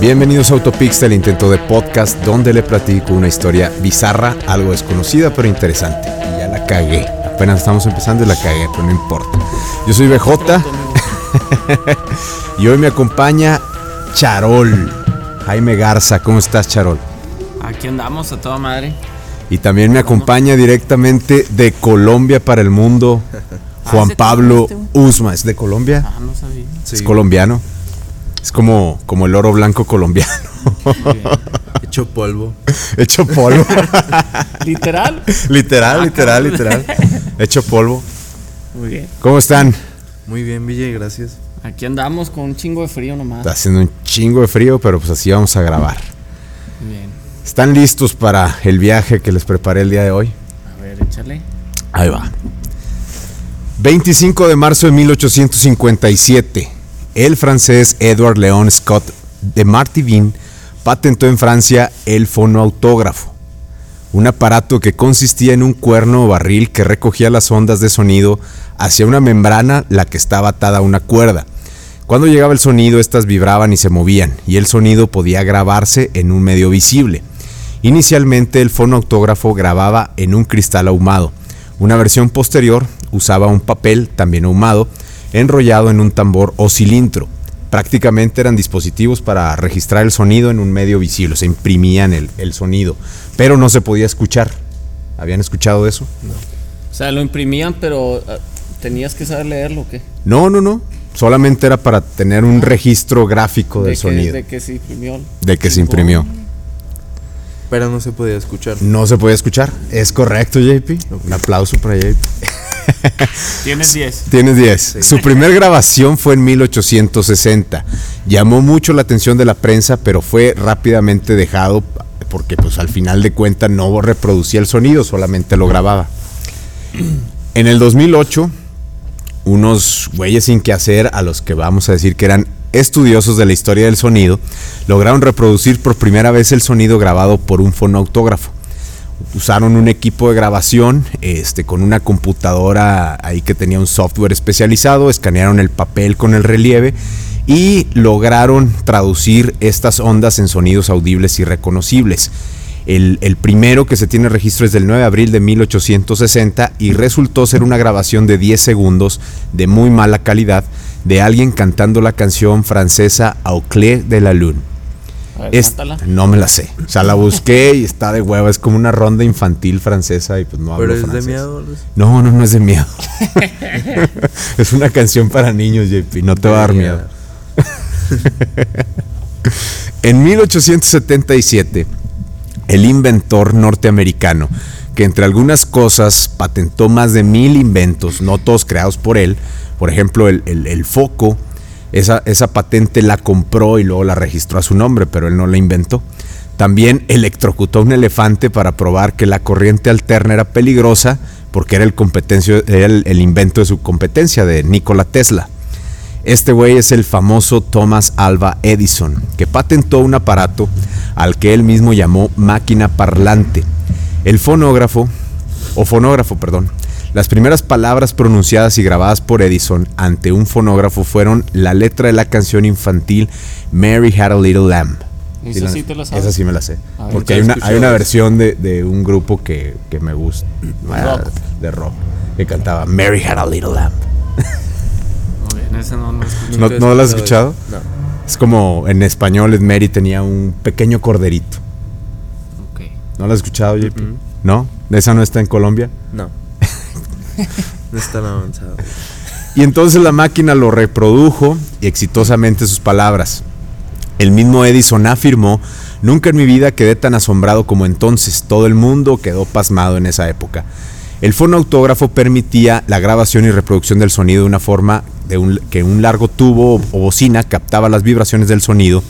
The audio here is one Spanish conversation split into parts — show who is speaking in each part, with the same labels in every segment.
Speaker 1: Bienvenidos a Autopixel, intento de podcast donde le platico una historia bizarra, algo desconocida pero interesante. Y ya la cagué. Apenas estamos empezando y la cagué, pero no importa. Yo soy BJ y hoy me acompaña Charol. Jaime Garza, ¿cómo estás Charol?
Speaker 2: Aquí andamos a toda madre.
Speaker 1: Y también me acompaña directamente de Colombia para el mundo Juan Pablo Usma. ¿Es de Colombia?
Speaker 2: Ah, no sabía.
Speaker 1: Es colombiano. Es como, como el oro blanco colombiano,
Speaker 3: Hecho polvo.
Speaker 1: hecho polvo.
Speaker 2: Literal.
Speaker 1: literal, literal, literal. Hecho polvo.
Speaker 2: Muy bien.
Speaker 1: ¿Cómo están?
Speaker 3: Muy bien, Ville, gracias.
Speaker 2: Aquí andamos con un chingo de frío nomás.
Speaker 1: Está haciendo un chingo de frío, pero pues así vamos a grabar.
Speaker 2: Bien.
Speaker 1: ¿Están listos para el viaje que les preparé el día de hoy?
Speaker 2: A ver, échale.
Speaker 1: Ahí va. 25 de marzo de 1857, el francés Edward Leon Scott de Martivin patentó en Francia el fonoautógrafo, un aparato que consistía en un cuerno o barril que recogía las ondas de sonido hacia una membrana la que estaba atada a una cuerda. Cuando llegaba el sonido, estas vibraban y se movían, y el sonido podía grabarse en un medio visible. Inicialmente el fonoautógrafo grababa en un cristal ahumado. Una versión posterior usaba un papel, también ahumado, enrollado en un tambor o cilindro. Prácticamente eran dispositivos para registrar el sonido en un medio visible, se imprimían el, el sonido, pero no se podía escuchar. ¿Habían escuchado eso?
Speaker 2: O sea, lo imprimían, pero ah, tenías que saber leerlo o qué.
Speaker 1: No, no, no. Solamente era para tener un registro gráfico del
Speaker 2: que,
Speaker 1: sonido,
Speaker 2: De que se imprimió.
Speaker 1: de que se imprimió.
Speaker 3: Pero no se podía escuchar.
Speaker 1: No se podía escuchar. Es correcto, JP. Un aplauso para JP.
Speaker 2: Tienes 10.
Speaker 1: Tienes 10. Su primer grabación fue en 1860. Llamó mucho la atención de la prensa, pero fue rápidamente dejado porque pues al final de cuentas no reproducía el sonido, solamente lo grababa. En el 2008, unos güeyes sin que hacer, a los que vamos a decir que eran estudiosos de la historia del sonido, lograron reproducir por primera vez el sonido grabado por un fonautógrafo usaron un equipo de grabación este, con una computadora ahí que tenía un software especializado, escanearon el papel con el relieve y lograron traducir estas ondas en sonidos audibles y reconocibles. El, el primero que se tiene registro es del 9 de abril de 1860 y resultó ser una grabación de 10 segundos de muy mala calidad de alguien cantando la canción francesa Au clair de la lune.
Speaker 2: A ver,
Speaker 1: Es-
Speaker 2: cántala.
Speaker 1: no me la sé. O sea, la busqué y está de hueva. Es como una ronda infantil francesa y pues no hablo
Speaker 3: Pero es
Speaker 1: francés.
Speaker 3: de miedo. Luis.
Speaker 1: No, no, no es de miedo. es una canción para niños, JP. No te va a dar miedo. En 1877, el inventor norteamericano, que entre algunas cosas patentó más de mil inventos, no todos creados por él, por ejemplo, el, el- el foco, esa, esa patente la compró y luego la registró a su nombre, pero él no la inventó. También electrocutó a un elefante para probar que la corriente alterna era peligrosa porque era el, competencio- era el- el invento de su competencia, de Nikola Tesla. Este güey es el famoso Thomas Alva Edison, que patentó un aparato al que él mismo llamó máquina parlante. El fonógrafo, o fonógrafo, perdón. Las primeras palabras pronunciadas y grabadas por Edison ante un fonógrafo fueron la letra de la canción infantil Mary Had a Little Lamb.
Speaker 2: Esa
Speaker 1: la-
Speaker 2: sí te la sabes.
Speaker 1: Esa sí me la sé.
Speaker 2: A ver.
Speaker 1: Porque
Speaker 3: Nunca
Speaker 1: hay una, hay
Speaker 3: he escuchado
Speaker 1: una
Speaker 3: eso.
Speaker 1: versión de, de un grupo que, que me gusta, ah,
Speaker 2: Rock.
Speaker 1: de rock, que cantaba Mary Had a Little Lamb.
Speaker 2: Muy bien, ese no lo escuché.
Speaker 1: ¿No,
Speaker 3: Nunca he
Speaker 1: no lo has
Speaker 3: escuchado
Speaker 1: escuchado?
Speaker 3: eso.
Speaker 1: Es como en español, es Mary tenía un pequeño corderito.
Speaker 2: Ok.
Speaker 1: ¿No la has escuchado, JP? ¿No? ¿Esa no está en Colombia?
Speaker 3: No, no. No es tan avanzado.
Speaker 1: Y entonces la máquina lo reprodujo y exitosamente sus palabras. El mismo Edison afirmó, nunca en mi vida quedé tan asombrado como entonces, todo el mundo quedó pasmado en esa época. El fonautógrafo permitía la grabación y reproducción del sonido de una forma de un- que un largo tubo o bocina captaba las vibraciones del sonido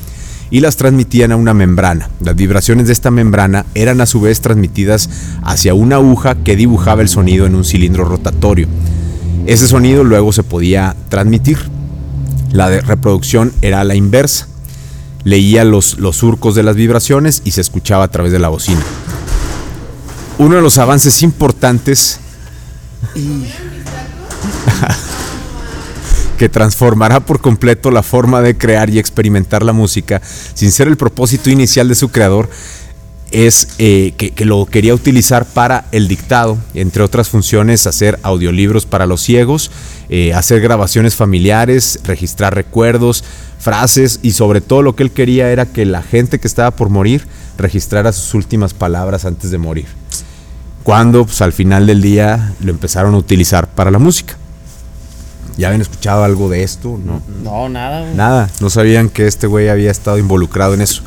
Speaker 1: y las transmitían a una membrana. Las vibraciones de esta membrana eran a su vez transmitidas hacia una aguja que dibujaba el sonido en un cilindro rotatorio. Ese sonido luego se podía transmitir. La de reproducción era la inversa. Leía los, los surcos de las vibraciones y se escuchaba a través de la bocina. Uno de los avances importantes... que transformará por completo la forma de crear y experimentar la música, sin ser el propósito inicial de su creador, es eh, que, que lo quería utilizar para el dictado, entre otras funciones, hacer audiolibros para los ciegos, eh, hacer grabaciones familiares, registrar recuerdos, frases y sobre todo lo que él quería era que la gente que estaba por morir registrara sus últimas palabras antes de morir. Cuando pues, al final del día lo empezaron a utilizar para la música. ¿Ya habían escuchado algo de esto? No.
Speaker 2: No, nada, güey.
Speaker 1: Nada, no sabían que este güey había estado involucrado en eso.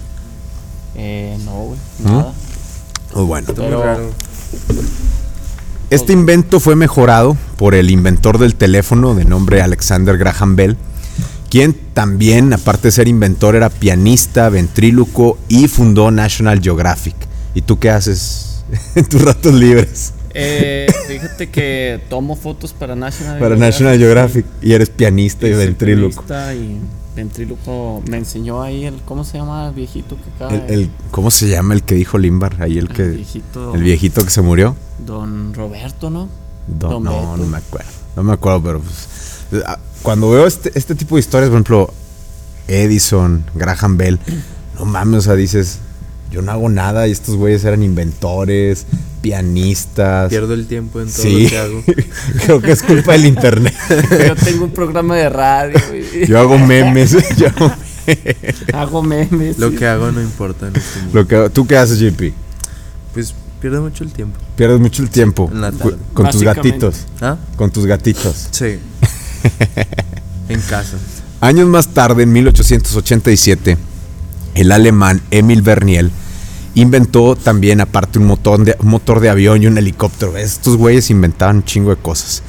Speaker 2: Eh, no, güey.
Speaker 1: ¿No?
Speaker 2: Nada.
Speaker 1: Pues bueno.
Speaker 3: Está muy
Speaker 2: Pero-
Speaker 3: raro.
Speaker 1: Este invento fue mejorado por el inventor del teléfono de nombre Alexander Graham Bell, quien también, aparte de ser inventor, era pianista, ventríloco y fundó National Geographic. ¿Y tú qué haces en tus ratos libres
Speaker 2: Eh, fíjate que tomo fotos para National
Speaker 1: para
Speaker 2: Geographic.
Speaker 1: National Geographic? Y eres pianista y
Speaker 2: Soy
Speaker 1: ventríloco.
Speaker 2: periodista Y ventríloco me enseñó ahí el. ¿Cómo se llama el viejito que acaba?
Speaker 1: El-
Speaker 2: de-
Speaker 1: el- ¿Cómo se llama el que dijo Limbar? Ahí el
Speaker 2: el
Speaker 1: que.
Speaker 2: viejito.
Speaker 1: El viejito que se murió.
Speaker 2: Don Roberto, ¿no?
Speaker 1: Do-
Speaker 2: Don
Speaker 1: no,
Speaker 2: Beto.
Speaker 1: no me acuerdo. No me acuerdo, pero pues, ah, cuando veo este, este tipo de historias, por ejemplo, Edison, Graham Bell, no mames, o sea, dices, yo no hago nada y estos güeyes eran inventores, pianistas.
Speaker 3: Pierdo el tiempo en todo
Speaker 1: sí,
Speaker 3: lo que hago.
Speaker 1: creo que es culpa del internet.
Speaker 2: Yo tengo un programa de radio. güey.
Speaker 1: yo hago memes. yo hago memes.
Speaker 2: Hago memes.
Speaker 3: Lo
Speaker 2: sí.
Speaker 3: que hago no importa en este mundo.
Speaker 1: Lo que- ¿Tú qué haces, JP?
Speaker 3: Pues pierdo mucho el tiempo.
Speaker 1: Pierdes mucho el tiempo
Speaker 3: En la
Speaker 1: cu-
Speaker 3: tarde.
Speaker 1: con tus
Speaker 2: Básicamente.
Speaker 1: gatitos.
Speaker 3: ¿Ah?
Speaker 1: Con tus gatitos.
Speaker 3: Sí. en casa.
Speaker 1: Años más tarde, en 1887, el alemán Emil Berniel inventó también, aparte, un motor de, un motor de avión y un helicóptero. Estos güeyes inventaban un chingo de cosas.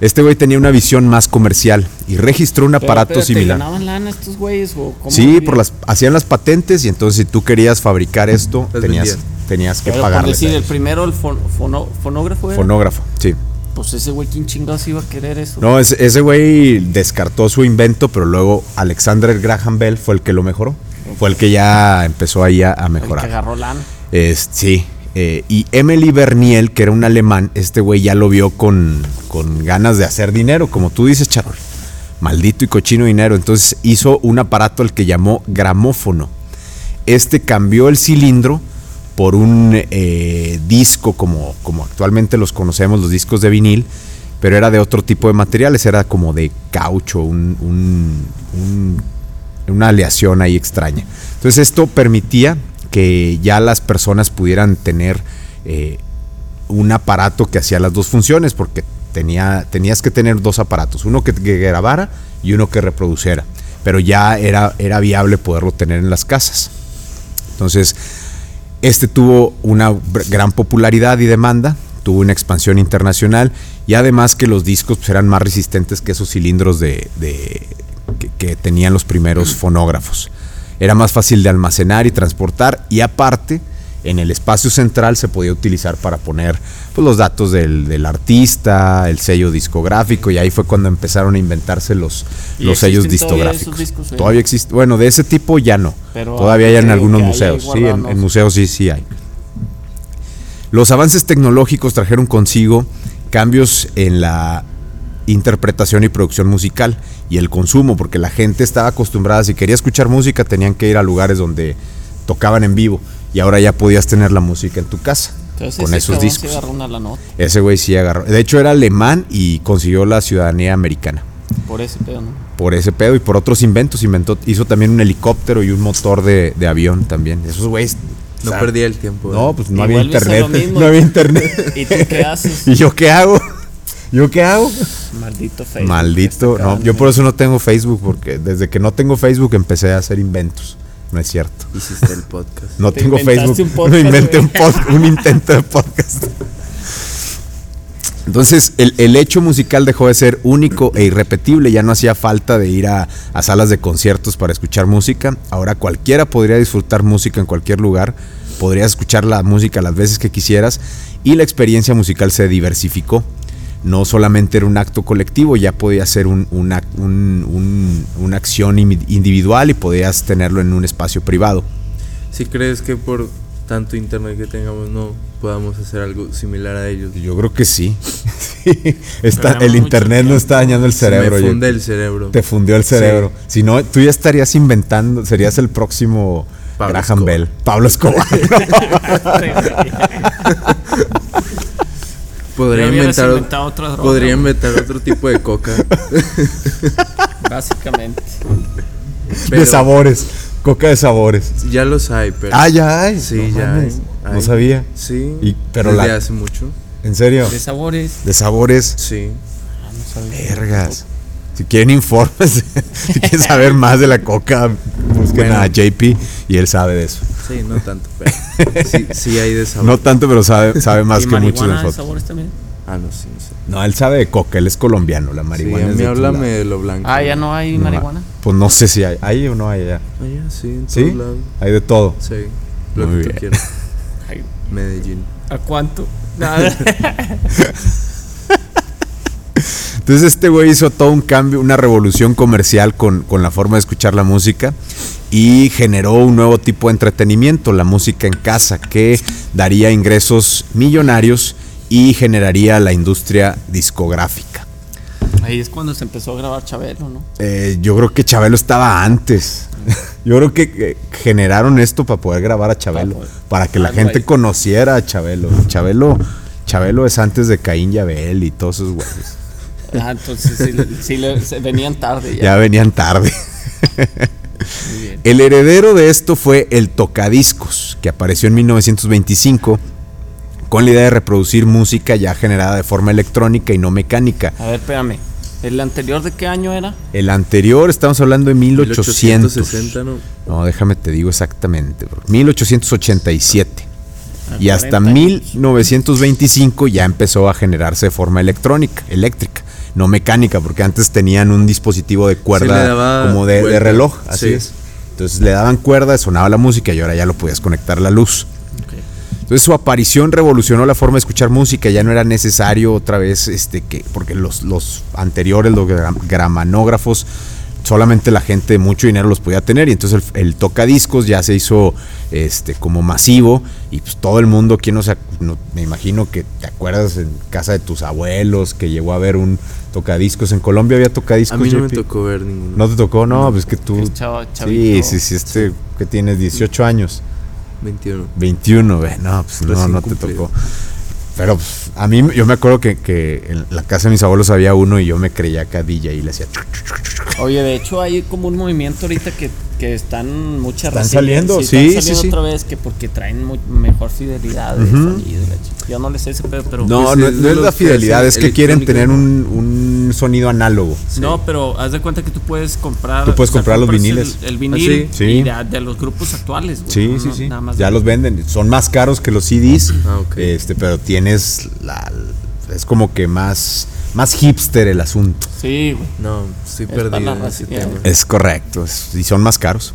Speaker 1: Este güey tenía una visión más comercial y registró un
Speaker 2: Pero
Speaker 1: aparato
Speaker 2: espérate,
Speaker 1: similar.
Speaker 2: ¿Ganaban lana estos güeyes? o cómo
Speaker 1: Sí,
Speaker 2: vivían?
Speaker 1: por las, hacían las patentes y entonces si tú querías fabricar esto,
Speaker 3: Las
Speaker 1: tenías,
Speaker 3: vendían.
Speaker 1: tenías que
Speaker 2: Pero por
Speaker 1: pagarles.
Speaker 2: decir,
Speaker 1: a
Speaker 2: el
Speaker 1: ellos.
Speaker 2: primero, el fon- fono- fonógrafo. era.
Speaker 1: Fonógrafo, sí.
Speaker 2: Pues ese güey, ¿quién chingados iba a querer eso?
Speaker 1: No, ese ese güey descartó su invento, pero luego Alexander Graham Bell fue el que lo mejoró. Fue el que ya empezó ahí a, a
Speaker 2: el que
Speaker 1: mejorar.
Speaker 2: agarró lana.
Speaker 1: Es- sí. eh, y Emily Berniel, que era un alemán, este güey ya lo vio con, con ganas de hacer dinero, como tú dices, Charol. Maldito y cochino dinero. Entonces hizo un aparato al que llamó gramófono. Este cambió el cilindro por un eh, disco como, como actualmente los conocemos, los discos de vinil, pero era de otro tipo de materiales, era como de caucho, un- un- un una aleación ahí extraña. Entonces esto permitía que ya las personas pudieran tener eh, un aparato que hacía las dos funciones, porque tenía, tenías que tener dos aparatos, uno que, que grabara y uno que reproduciera, pero ya era, era viable poderlo tener en las casas. Entonces, este tuvo una br- gran popularidad y demanda, tuvo una expansión internacional y además que los discos pues, eran más resistentes que esos cilindros de, de- que, que tenían los primeros
Speaker 2: Mm.
Speaker 1: fonógrafos. Era más fácil de almacenar y transportar y aparte en el espacio central se podía utilizar para poner pues, los datos del, del artista, el sello discográfico y ahí fue cuando empezaron a inventarse los,
Speaker 2: ¿Y
Speaker 1: los sellos
Speaker 2: existen todavía esos
Speaker 1: discográficos.
Speaker 2: discos, eh?
Speaker 1: Todavía existe, bueno, de ese tipo ya no.
Speaker 2: Pero
Speaker 1: Todavía hay en
Speaker 2: creo
Speaker 1: algunos
Speaker 2: que hay
Speaker 1: museos. Sí, en,
Speaker 2: guardados.
Speaker 1: en museos sí, sí hay. Los avances tecnológicos trajeron consigo cambios en la interpretación y producción musical y el consumo, porque la gente estaba acostumbrada, si quería escuchar música, tenían que ir a lugares donde tocaban en vivo y ahora ya podías tener la música en tu casa
Speaker 2: Entonces,
Speaker 1: con
Speaker 2: ese
Speaker 1: esos
Speaker 2: cabrón sí
Speaker 1: discos.
Speaker 2: agarró una lanota
Speaker 1: Ese güey sí agarró. De hecho, era alemán y consiguió la ciudadanía americana
Speaker 2: por ese pedo, ¿no?
Speaker 1: por ese pedo y por otros inventos. Inventó, hizo también un helicóptero y un motor de, de avión también. Esos güeyes.
Speaker 3: No
Speaker 1: o sea,
Speaker 3: perdía el tiempo.
Speaker 1: No,
Speaker 3: ¿eh?
Speaker 1: pues
Speaker 2: Y
Speaker 1: no había
Speaker 2: vuelves a lo
Speaker 1: internet.
Speaker 2: mismo.
Speaker 1: No había internet.
Speaker 2: ¿Y tú qué haces?
Speaker 1: ¿Y yo qué hago? ¿Yo qué hago?
Speaker 2: Maldito Facebook.
Speaker 1: Maldito.
Speaker 2: Este
Speaker 1: No,
Speaker 2: cabrón,
Speaker 1: yo por eso no tengo Facebook, porque desde que no tengo Facebook empecé a hacer inventos. No es cierto.
Speaker 3: Hiciste el podcast.
Speaker 1: No
Speaker 2: Te
Speaker 1: tengo
Speaker 2: inventaste
Speaker 1: Facebook.
Speaker 2: un podcast,
Speaker 1: me inventé
Speaker 2: güey.
Speaker 1: un, pod- un intento de podcast. Entonces, el, el hecho musical dejó de ser único e irrepetible. Ya no hacía falta de ir a, a salas de conciertos para escuchar música. Ahora cualquiera podría disfrutar música en cualquier lugar. Podrías escuchar la música las veces que quisieras. Y la experiencia musical se diversificó. No solamente era un acto colectivo, ya podía ser un- un ac- un- un- una acción imi- individual y podías tenerlo en un espacio privado.
Speaker 3: Si crees que por tanto internet que tengamos no podamos hacer algo similar a ellos.
Speaker 1: Yo creo que sí. Sí, está,
Speaker 4: Ganamos
Speaker 1: el
Speaker 4: mucho
Speaker 1: internet no está dañando el
Speaker 3: Se
Speaker 1: cerebro.
Speaker 3: me
Speaker 1: yo-
Speaker 3: funde el cerebro.
Speaker 1: te fundió el cerebro. Si no, tú ya estarías inventando, serías el próximo
Speaker 3: Pablo
Speaker 1: Graham
Speaker 3: Escobar.
Speaker 1: Bell. Pablo Escobar.
Speaker 4: Podría
Speaker 3: Podría inventar,
Speaker 4: inventar otra droga.
Speaker 3: podría inventar otro tipo de coca.
Speaker 2: Básicamente.
Speaker 1: de
Speaker 3: pero-
Speaker 1: sabores. Coca de sabores.
Speaker 3: Ya los hay, pero.
Speaker 1: Ah, ya hay.
Speaker 3: Sí,
Speaker 1: No
Speaker 3: ya
Speaker 1: mames,
Speaker 3: hay,
Speaker 1: No
Speaker 3: hay.
Speaker 1: sabía.
Speaker 3: Sí.
Speaker 1: Y- pero
Speaker 3: desde
Speaker 1: la-
Speaker 3: hace mucho.
Speaker 1: ¿En serio?
Speaker 2: De sabores.
Speaker 1: De sabores.
Speaker 3: Sí.
Speaker 2: Ah,
Speaker 1: Vergas. Si quieren informes, si quieren saber más de la coca, busquen
Speaker 3: Bueno.
Speaker 1: a JP y él sabe de eso.
Speaker 3: Sí, no tanto, pero. sí, sí hay de sabor.
Speaker 1: No tanto, pero sabe, sabe más
Speaker 2: y
Speaker 1: que muchos de
Speaker 2: marihuana de
Speaker 1: nosotros.
Speaker 2: sabores también.
Speaker 3: Ah, no, sí, no sé.
Speaker 1: No, él sabe de coca, él es colombiano, la marihuana
Speaker 3: sí, a
Speaker 1: es
Speaker 3: mí
Speaker 1: de otro
Speaker 3: háblame
Speaker 1: lado.
Speaker 3: de lo blanco.
Speaker 2: Ah, ya no hay
Speaker 1: No,
Speaker 2: marihuana.
Speaker 1: Pues no sé si hay, hay o no hay allá.
Speaker 3: Ah, ya, sí, en
Speaker 1: ¿Sí?
Speaker 3: todos lados.
Speaker 1: Hay de todo.
Speaker 3: Sí. Lo
Speaker 1: Muy
Speaker 3: que
Speaker 1: bien.
Speaker 3: tú quieras.
Speaker 2: Ay,
Speaker 3: Medellín.
Speaker 2: ¿A cuánto? Nada.
Speaker 1: Entonces este güey hizo todo un cambio, una revolución comercial con, con la forma de escuchar la música y generó un nuevo tipo de entretenimiento, la música en casa, que daría ingresos millonarios y generaría la industria discográfica.
Speaker 2: Ahí es cuando se empezó a grabar Chabelo, ¿no?
Speaker 1: Eh, yo creo que Chabelo estaba antes. Yo creo que eh, generaron esto para poder grabar a Chabelo,
Speaker 2: Para poder-
Speaker 1: para que la
Speaker 2: algo
Speaker 1: gente
Speaker 2: ahí.
Speaker 1: conociera a Chabelo. Chabelo, Chabelo es antes de Caín y Abel y todos esos güeyes.
Speaker 2: Ah, entonces sí, sí le- se venían tarde
Speaker 1: Ya
Speaker 2: ya.
Speaker 1: venían tarde.
Speaker 2: Muy bien.
Speaker 1: El heredero de esto fue el tocadiscos, que apareció en 1925 con la idea de reproducir música ya generada de forma electrónica y no mecánica.
Speaker 2: A ver, espérame. ¿El anterior de qué año era?
Speaker 1: El anterior, estamos hablando de 1800.
Speaker 3: 1860, ¿no?
Speaker 1: No, déjame te digo exactamente, bro. 1887. Y
Speaker 2: Ah,
Speaker 1: hasta
Speaker 2: 40 años.
Speaker 1: 1925 ya empezó a generarse de forma electrónica, eléctrica, no mecánica, porque antes tenían un dispositivo de
Speaker 3: Sí, le
Speaker 1: cuerda
Speaker 3: daba
Speaker 1: como de, de
Speaker 3: vuelta.
Speaker 1: reloj, así
Speaker 3: Sí.
Speaker 1: es. Entonces le daban cuerda, sonaba la música y ahora ya lo podías conectar la luz. Entonces su aparición revolucionó la forma de escuchar música, ya no era necesario otra vez, este, que, porque los, los anteriores, los gra- gramanógrafos, solamente la gente de mucho dinero los podía tener y entonces el, el tocadiscos ya se hizo este, como masivo y pues todo el mundo, quien no se, ac- no- me imagino que te acuerdas en casa de tus abuelos que llegó a haber un tocadiscos, en Colombia había
Speaker 3: A
Speaker 1: tocadiscos.
Speaker 3: mí no me
Speaker 1: JP?
Speaker 3: tocó ver ninguno.
Speaker 1: ¿No te tocó, no, pues que tú...
Speaker 2: Es chava-
Speaker 1: sí,
Speaker 2: chavito.
Speaker 1: sí, sí, este que tienes 18 años.
Speaker 3: 21.
Speaker 1: 21, ve, no, pues no,
Speaker 3: Recién
Speaker 1: no te
Speaker 3: cumplido.
Speaker 1: tocó. Pero pues, a mí, yo me acuerdo que, que en la casa de mis abuelos había uno y yo me creía que DJ y le hacía. chuc, chuc, chuc, chuc.
Speaker 2: Oye, de hecho hay como un movimiento ahorita que, que están muchas
Speaker 1: Están
Speaker 2: razas
Speaker 1: saliendo, sí,
Speaker 2: están
Speaker 1: sí,
Speaker 2: saliendo
Speaker 1: sí.
Speaker 2: otra vez que porque traen mu- mejor fidelidad de
Speaker 1: Ujú.
Speaker 2: sonido. la ch- Yo no les sé ese pedo, pero
Speaker 1: No,
Speaker 3: pues,
Speaker 1: no,
Speaker 3: es
Speaker 1: no es
Speaker 3: los
Speaker 1: la
Speaker 3: que
Speaker 1: fidelidad,
Speaker 3: hacen
Speaker 1: es que quieren
Speaker 3: electrónica,
Speaker 1: tener
Speaker 3: ¿no?
Speaker 1: un, un sonido análogo.
Speaker 4: No, pero haz de cuenta que tú puedes comprar.
Speaker 1: Tú puedes comprar los
Speaker 4: compras
Speaker 1: viniles.
Speaker 4: El, el vinil
Speaker 1: Ah, sí.
Speaker 4: y
Speaker 1: Sí.
Speaker 4: de, de los grupos actuales, güey.
Speaker 1: Sí,
Speaker 4: No,
Speaker 1: sí,
Speaker 4: no,
Speaker 1: sí.
Speaker 4: nada más
Speaker 1: Ya
Speaker 4: de-
Speaker 1: los venden. Son más caros que los CDs.
Speaker 3: Ah, ok.
Speaker 1: Este, pero tienes la. Es como que más, más hipster el asunto.
Speaker 2: Sí, güey.
Speaker 3: No, estoy
Speaker 2: Es para
Speaker 3: perdido
Speaker 2: la
Speaker 3: en ese
Speaker 2: racilla,
Speaker 3: tema.
Speaker 1: Es correcto, es- y son más caros.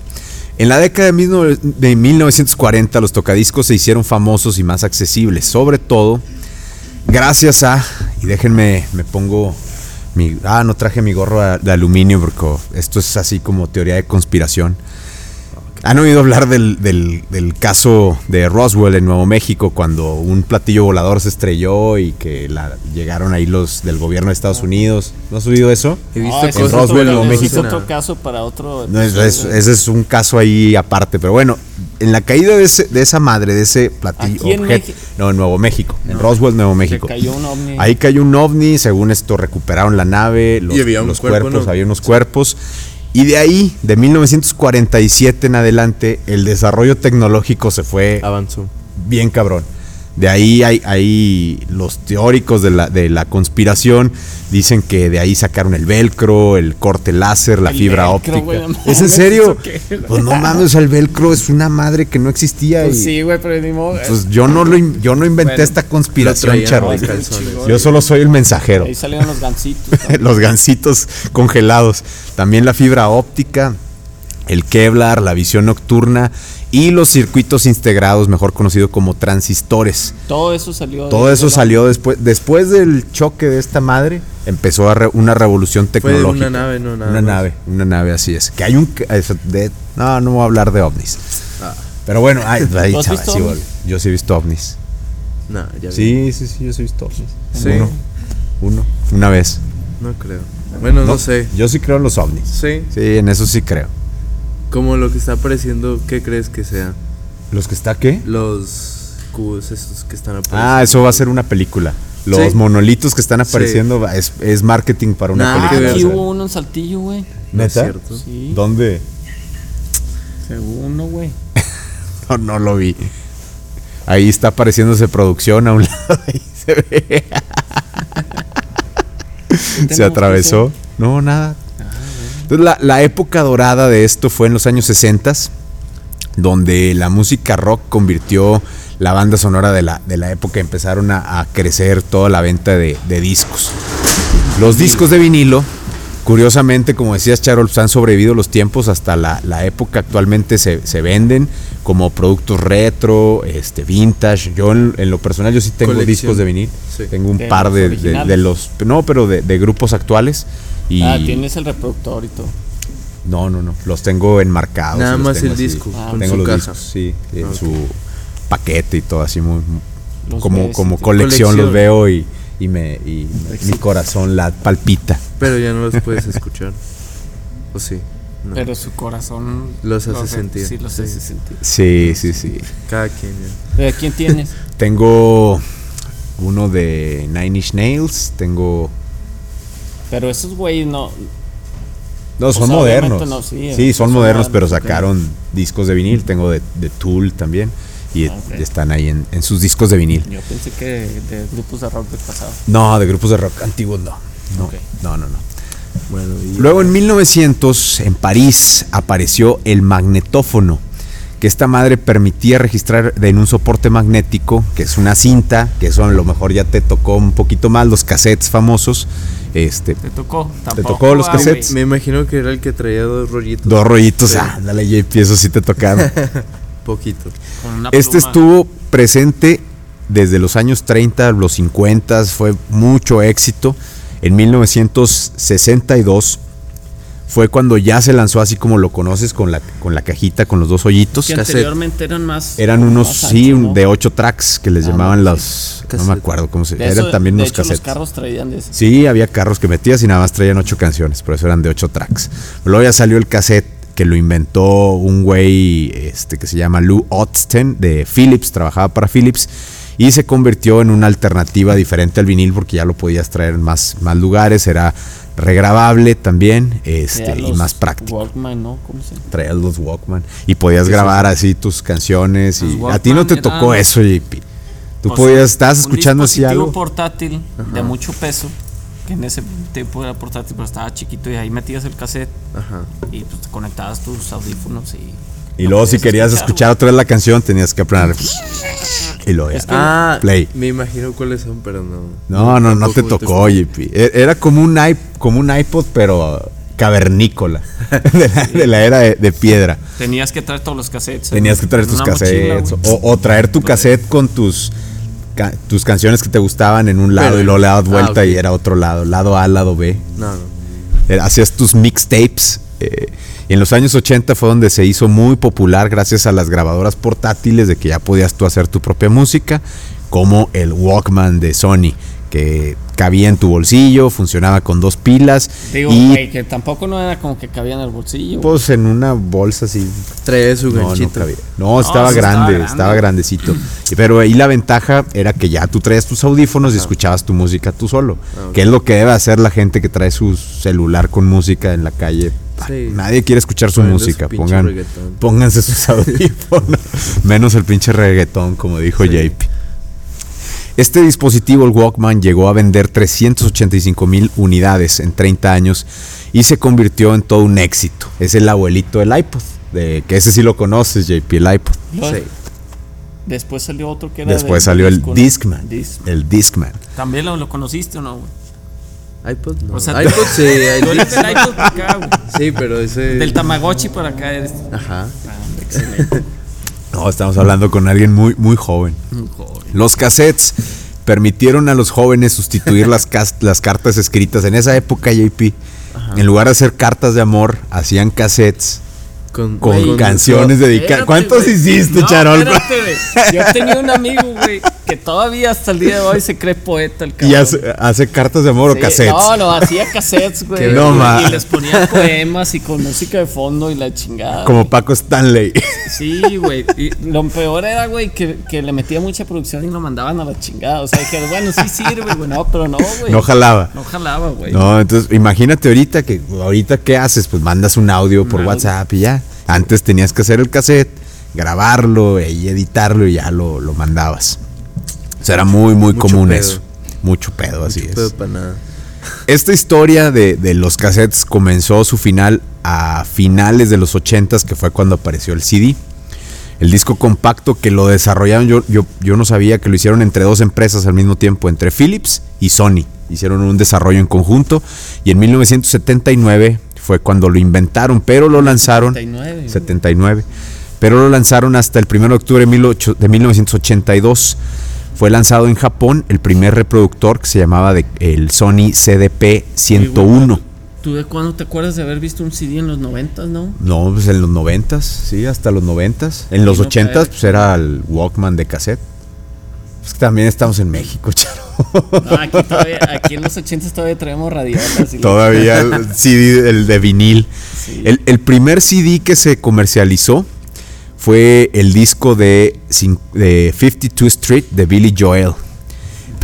Speaker 1: En la década de, 19 de 1940 los tocadiscos se hicieron famosos y más accesibles, sobre todo gracias a, y déjenme, me pongo mi, ah, no traje mi gorro a- de aluminio porque esto es así como teoría de conspiración. ¿Han oído hablar del, del- del caso de Roswell en Nuevo México cuando un platillo volador se estrelló y que la- llegaron ahí los del gobierno de Estados Unidos? ¿No has oído eso?
Speaker 3: He
Speaker 2: Ah,
Speaker 3: visto
Speaker 2: ese
Speaker 1: en
Speaker 2: es
Speaker 3: cosas
Speaker 2: otro-
Speaker 1: Roswell,
Speaker 3: pero
Speaker 1: Nuevo
Speaker 3: no
Speaker 2: ese
Speaker 3: sé
Speaker 2: Es
Speaker 1: México.
Speaker 2: otro
Speaker 3: nada.
Speaker 2: caso para otro. este,
Speaker 1: No, es- es-
Speaker 2: episodio.
Speaker 1: ese es un caso ahí aparte, pero bueno, en la caída de, ese- de esa madre, de ese platillo,
Speaker 2: Aquí en
Speaker 1: objeto,
Speaker 2: Mexi-
Speaker 1: no, en Nuevo México, en Roswell, Nuevo México.
Speaker 2: cayó un ovni.
Speaker 1: Ahí cayó un ovni, según esto recuperaron la nave, los,
Speaker 3: Y había un
Speaker 1: los
Speaker 3: cuerpo,
Speaker 1: cuerpos,
Speaker 3: ¿no?
Speaker 1: había unos cuerpos. Y de ahí, de 1947 en adelante, el desarrollo tecnológico se fue
Speaker 3: Avanzó.
Speaker 1: bien cabrón. De ahí hay, hay los teóricos de la, de la conspiración dicen que de ahí sacaron el velcro, el corte láser, la
Speaker 2: El
Speaker 1: fibra
Speaker 2: velcro,
Speaker 1: óptica.
Speaker 2: güey, no mames,
Speaker 1: ¿Es en serio?
Speaker 2: ¿eso qué es?
Speaker 1: Pues no mames, o sea, el velcro es una madre que no existía.
Speaker 2: Pues
Speaker 1: y-
Speaker 2: sí, güey, pero ni modo.
Speaker 1: pues yo no lo in- yo no inventé
Speaker 2: Bueno,
Speaker 1: esta conspiración,
Speaker 3: lo traían,
Speaker 1: Charlie.
Speaker 3: güey, calzones.
Speaker 1: Yo solo soy el mensajero.
Speaker 2: Ahí salieron los gancitos.
Speaker 1: los gancitos congelados. También la fibra óptica, el Kevlar, la visión nocturna y los circuitos integrados, mejor conocido como transistores.
Speaker 2: Todo eso salió. de-
Speaker 1: Todo eso
Speaker 2: de la-
Speaker 1: salió después después del choque de esta madre, empezó a re- una revolución
Speaker 3: Fue de
Speaker 1: tecnológica.
Speaker 3: una nave, no nada.
Speaker 1: Una
Speaker 3: más. Ah,
Speaker 1: nave, una nave así es. Que hay un ca- eso de- no, no voy a hablar de ovnis. Pero bueno, ay, ahí,
Speaker 2: ¿Tú has
Speaker 1: chaval,
Speaker 2: visto
Speaker 1: sí,
Speaker 2: ovnis?
Speaker 1: boludo. yo sí he visto ovnis.
Speaker 3: Nah, ya vi.
Speaker 1: Sí, sí, sí, yo sí he visto ovnis.
Speaker 3: Sí.
Speaker 1: Uno, uno, una vez.
Speaker 3: No creo. Bueno, no, sé.
Speaker 1: Yo sí creo en los ovnis.
Speaker 3: Sí.
Speaker 1: Sí, en eso sí creo.
Speaker 3: Como lo que está apareciendo, ¿qué crees que sea?
Speaker 1: ¿Los que está qué?
Speaker 3: Los cubos estos que están apareciendo.
Speaker 1: Ah, eso va a ser una película. Los
Speaker 3: Sí.
Speaker 1: monolitos que están apareciendo va- es, es marketing para una
Speaker 3: Nah,
Speaker 2: Ah,
Speaker 1: película.
Speaker 3: que
Speaker 2: aquí
Speaker 1: o sea.
Speaker 2: hubo uno en Saltillo, güey.
Speaker 3: No es
Speaker 1: ¿Neta?
Speaker 3: cierto.
Speaker 2: Sí,
Speaker 1: ¿Dónde?
Speaker 2: según no, güey.
Speaker 1: No, no lo vi. Ahí está apareciéndose producción a un lado. Ahí se ve. se
Speaker 2: tenemos,
Speaker 1: atravesó. No, nada. Entonces, la, la época dorada de esto fue en los años 60, donde la música rock convirtió la banda sonora de la, de la época. Empezaron a, a crecer toda la venta de, de discos. Los discos de vinilo, curiosamente, como decías, Charol, pues, han sobrevivido los tiempos hasta la, la época. Actualmente se, se venden como productos retro, este vintage. Yo, en, en lo personal, yo sí tengo
Speaker 3: Colección.
Speaker 1: discos de vinil.
Speaker 3: Sí.
Speaker 1: Tengo un
Speaker 2: De
Speaker 1: par
Speaker 2: los
Speaker 1: de, de-
Speaker 2: originales.
Speaker 1: de los. No, pero de, de grupos actuales. Y
Speaker 2: Ah, tienes el reproductor y todo.
Speaker 1: No, no, no. Los tengo enmarcados.
Speaker 3: Ah, Nada
Speaker 1: y Ah, los
Speaker 3: más
Speaker 1: tengo
Speaker 3: el
Speaker 1: así.
Speaker 3: disco,
Speaker 2: Ah,
Speaker 3: con
Speaker 1: tengo
Speaker 3: su
Speaker 1: los
Speaker 3: caja. Ah,
Speaker 1: discos, sí. En
Speaker 3: ok.
Speaker 1: su paquete y todo así, muy, muy-
Speaker 2: Los
Speaker 1: como,
Speaker 2: ves y
Speaker 1: como
Speaker 2: te-
Speaker 1: colección, los
Speaker 3: Colección.
Speaker 1: veo y, y me, y me- mi corazón la palpita.
Speaker 3: Pero ya no los puedes escuchar. ¿O sí? No.
Speaker 4: Pero su corazón
Speaker 3: Los hace sentir.
Speaker 4: Sí, los
Speaker 3: Sí.
Speaker 4: hace sentir.
Speaker 1: Sí, sí, sí.
Speaker 3: Cada quien. ya.
Speaker 2: Eh, ¿Quién tienes?
Speaker 1: Tengo uno de Nine Inch Nails, tengo...
Speaker 2: Pero esos güeyes no.
Speaker 1: No, son
Speaker 2: sea, obviamente
Speaker 1: modernos.
Speaker 2: no, sí,
Speaker 1: sí,
Speaker 2: eh,
Speaker 1: son
Speaker 2: son
Speaker 1: modernos, pero
Speaker 2: modernos, ok.
Speaker 1: sacaron discos de vinil. Tengo de, de Tool también. Y
Speaker 2: Ah, ok.
Speaker 1: están ahí en, en sus discos de vinil.
Speaker 2: Yo pensé que de grupos de rock del pasado.
Speaker 1: No, de grupos de rock antiguos no. No,
Speaker 2: Ok.
Speaker 1: no, no, no.
Speaker 3: Bueno, y
Speaker 1: Luego en 1900 en París apareció el magnetófono, que esta madre permitía registrar en un soporte magnético, que es una cinta, que eso a lo mejor ya te tocó un poquito más, los cassettes famosos, este,
Speaker 4: Te tocó. Tampoco,
Speaker 1: tocó los
Speaker 4: ah, güey.
Speaker 1: cassettes?
Speaker 3: me imagino que era el que traía dos rollitos.
Speaker 1: dos rollitos,
Speaker 3: Sí.
Speaker 1: ah, dale JP, eso sí te tocaron.
Speaker 3: Poquito.
Speaker 4: Con una
Speaker 1: Este
Speaker 4: pluma.
Speaker 1: estuvo presente desde los años 30, los 50, fue mucho éxito. En 1962 fue cuando ya se lanzó así como lo conoces con la, con la cajita, con los dos hoyitos.
Speaker 2: Que anteriormente eran más.
Speaker 1: Eran unos,
Speaker 2: más
Speaker 1: sí,
Speaker 2: anchos,
Speaker 1: un-
Speaker 2: Ah, ¿no?
Speaker 1: de ocho tracks que les
Speaker 2: Ah,
Speaker 1: llamaban
Speaker 2: no,
Speaker 1: los... No me
Speaker 3: Cassette.
Speaker 1: acuerdo cómo se...
Speaker 2: De
Speaker 1: Eran
Speaker 2: eso,
Speaker 1: también
Speaker 2: de
Speaker 1: unos
Speaker 2: hecho,
Speaker 1: cassettes.
Speaker 2: Los carros traían de esos.
Speaker 1: Sí, había carros que metías y nada más traían ocho canciones, por eso eran de ocho tracks. Luego ya salió el cassette que lo inventó un güey este, que se llama Lou Osten de Philips, trabajaba para Philips y se convirtió en una alternativa diferente al vinil porque ya lo podías traer en más, más lugares, era regrabable también este,
Speaker 2: Eran
Speaker 1: y
Speaker 2: los
Speaker 1: más práctico.
Speaker 2: Walkman, ¿no? ¿Cómo se llama?
Speaker 1: Traías los Walkman y podías grabar así tus canciones
Speaker 4: Los
Speaker 1: y a ti no
Speaker 4: Walkman
Speaker 1: te tocó
Speaker 4: eran-
Speaker 1: eso, JP. Tú
Speaker 4: O sea,
Speaker 1: podías, estabas
Speaker 4: un
Speaker 1: escuchando así
Speaker 4: dispositivo
Speaker 1: algo.
Speaker 4: portátil de mucho peso, que en ese tiempo era portátil, pero estaba chiquito y ahí metías el cassette
Speaker 3: Ajá.
Speaker 4: y pues te conectabas tus audífonos y...
Speaker 1: Y
Speaker 4: lo
Speaker 1: luego si
Speaker 4: podías
Speaker 1: querías escuchar otra vez la canción tenías que aplanar y lo ya.
Speaker 3: Ah,
Speaker 1: Play.
Speaker 3: me imagino cuáles son, pero no.
Speaker 1: No, no, no te
Speaker 3: tampoco
Speaker 1: tocó, JP. E- Era como un iP- como un iPod, pero cavernícola. De la, de la era de, de piedra.
Speaker 4: güey. Tenías que traer todos los cassettes. en-
Speaker 1: Tenías que traer
Speaker 4: en
Speaker 1: tus
Speaker 4: una mochila,
Speaker 1: cassettes.
Speaker 4: güey.
Speaker 1: O, o traer
Speaker 3: Pues
Speaker 1: tu cassette con tus ca- tus canciones que te gustaban en un lado
Speaker 3: Pero-
Speaker 1: y luego le dabas
Speaker 3: ah,
Speaker 1: vuelta y
Speaker 3: ok.
Speaker 1: era otro lado, lado A, lado B.
Speaker 3: No, no.
Speaker 1: Eh, hacías tus mixtapes. eh, y en los años 80 fue donde se hizo muy popular gracias a las grabadoras portátiles de que ya podías tú hacer tu propia música, como el Walkman de Sony, que cabía en tu bolsillo, funcionaba con dos pilas
Speaker 2: Digo,
Speaker 1: y
Speaker 2: güey, que tampoco no era como que cabía en el bolsillo. güey.
Speaker 1: pues, en una bolsa así.
Speaker 3: Traía su
Speaker 1: No, no
Speaker 3: ganchito.
Speaker 1: cabía. No, estaba,
Speaker 4: sí, estaba
Speaker 1: grande,
Speaker 4: grande.
Speaker 1: estaba grandecito. Y- Pero ahí la ventaja era que ya tú traías tus audífonos y escuchabas tu música tú solo.
Speaker 3: Ah, ok.
Speaker 1: Que es lo que debe hacer la gente que trae su celular con música en la calle.
Speaker 3: Sí.
Speaker 1: Nadie quiere escuchar su
Speaker 3: Poniendo su
Speaker 1: música.
Speaker 3: pinche
Speaker 1: Pongan-
Speaker 3: reggaetón.
Speaker 1: pónganse sus audífonos. Menos el pinche reggaetón, como dijo
Speaker 3: Sí.
Speaker 1: JP. Este dispositivo, el Walkman, llegó a vender 385 mil unidades en 30 años y se convirtió en todo un éxito. Es el abuelito del iPod, de, que ese sí lo conoces, JP, el iPod.
Speaker 2: Luego,
Speaker 3: Sí.
Speaker 2: Después salió otro que era.
Speaker 1: Después
Speaker 2: de-
Speaker 1: salió el
Speaker 2: disco, ¿no?
Speaker 1: Discman,
Speaker 2: Discman.
Speaker 1: el Discman.
Speaker 4: También lo, lo conociste o no, güey.
Speaker 3: iPod no.
Speaker 4: O sea,
Speaker 3: iPod
Speaker 4: Tú
Speaker 3: sí, iPod
Speaker 4: eres del iPod para acá, güey.
Speaker 3: sí, pero ese.
Speaker 4: Del Tamagotchi para acá eres...
Speaker 3: Ajá.
Speaker 1: No, estamos hablando con alguien muy, muy joven. Los cassettes permitieron a los jóvenes sustituir las, cas- las cartas escritas. En esa época, JP, en lugar de hacer cartas de amor, hacían cassettes
Speaker 3: Con,
Speaker 1: Con
Speaker 3: güey,
Speaker 1: canciones dedicadas.
Speaker 4: Espérate,
Speaker 1: ¿Cuántos
Speaker 4: güey.
Speaker 1: hiciste,
Speaker 4: No,
Speaker 1: Charol?
Speaker 4: espérate, güey. Yo tenía un amigo, güey, que todavía hasta el día de hoy se cree poeta, el cabrón.
Speaker 1: Y hace, hace cartas de amor o
Speaker 4: Sí,
Speaker 1: cassettes.
Speaker 4: No, no, hacía cassettes,
Speaker 1: Qué
Speaker 4: güey.
Speaker 1: no, ma.
Speaker 4: y les ponía poemas y con música de fondo y la chingada.
Speaker 1: Como Paco Stanley.
Speaker 4: Sí, güey. Y lo peor era, güey, que, que le metía mucha producción y lo mandaban a la chingada. O sea, que bueno, sí sirve, güey. No, pero no, güey.
Speaker 1: no jalaba.
Speaker 4: No jalaba, güey.
Speaker 1: No, entonces imagínate ahorita que ahorita qué haces, pues mandas un audio por WhatsApp y ya. Antes tenías que hacer el cassette, grabarlo y editarlo y ya lo, lo mandabas. O sea, era muy, muy
Speaker 3: Mucho
Speaker 1: común
Speaker 3: pedo.
Speaker 1: eso. Mucho pedo, así es.
Speaker 3: Pero para nada.
Speaker 1: Esta historia de, de los cassettes comenzó su final a finales de los 80s, que fue cuando apareció el CD. El disco compacto que lo desarrollaron, yo, yo, yo no sabía que lo hicieron entre dos empresas al mismo tiempo, entre Philips y Sony. Hicieron un desarrollo en conjunto y en 1979 fue cuando lo inventaron, pero lo lanzaron...
Speaker 2: 79.
Speaker 1: 79. Pero lo lanzaron hasta el 1 de octubre de 18 de 1982. Fue lanzado en Japón el primer reproductor que se llamaba de- el Sony CDP 101.
Speaker 2: ¿Tú de cuándo te acuerdas de haber visto un CD en los 90, no?
Speaker 1: No, pues en los 90s, sí, hasta los 90s. En los
Speaker 2: no
Speaker 1: 80s
Speaker 2: cae.
Speaker 1: pues era el Walkman de cassette. Es que también estamos en México, charo.
Speaker 2: No, aquí, todavía, aquí en los 80 todavía traemos radiolas. y la-
Speaker 1: Todavía el CD, el de vinil. El, el primer CD que se comercializó fue el disco de, cin- de 52 Street de Billy Joel.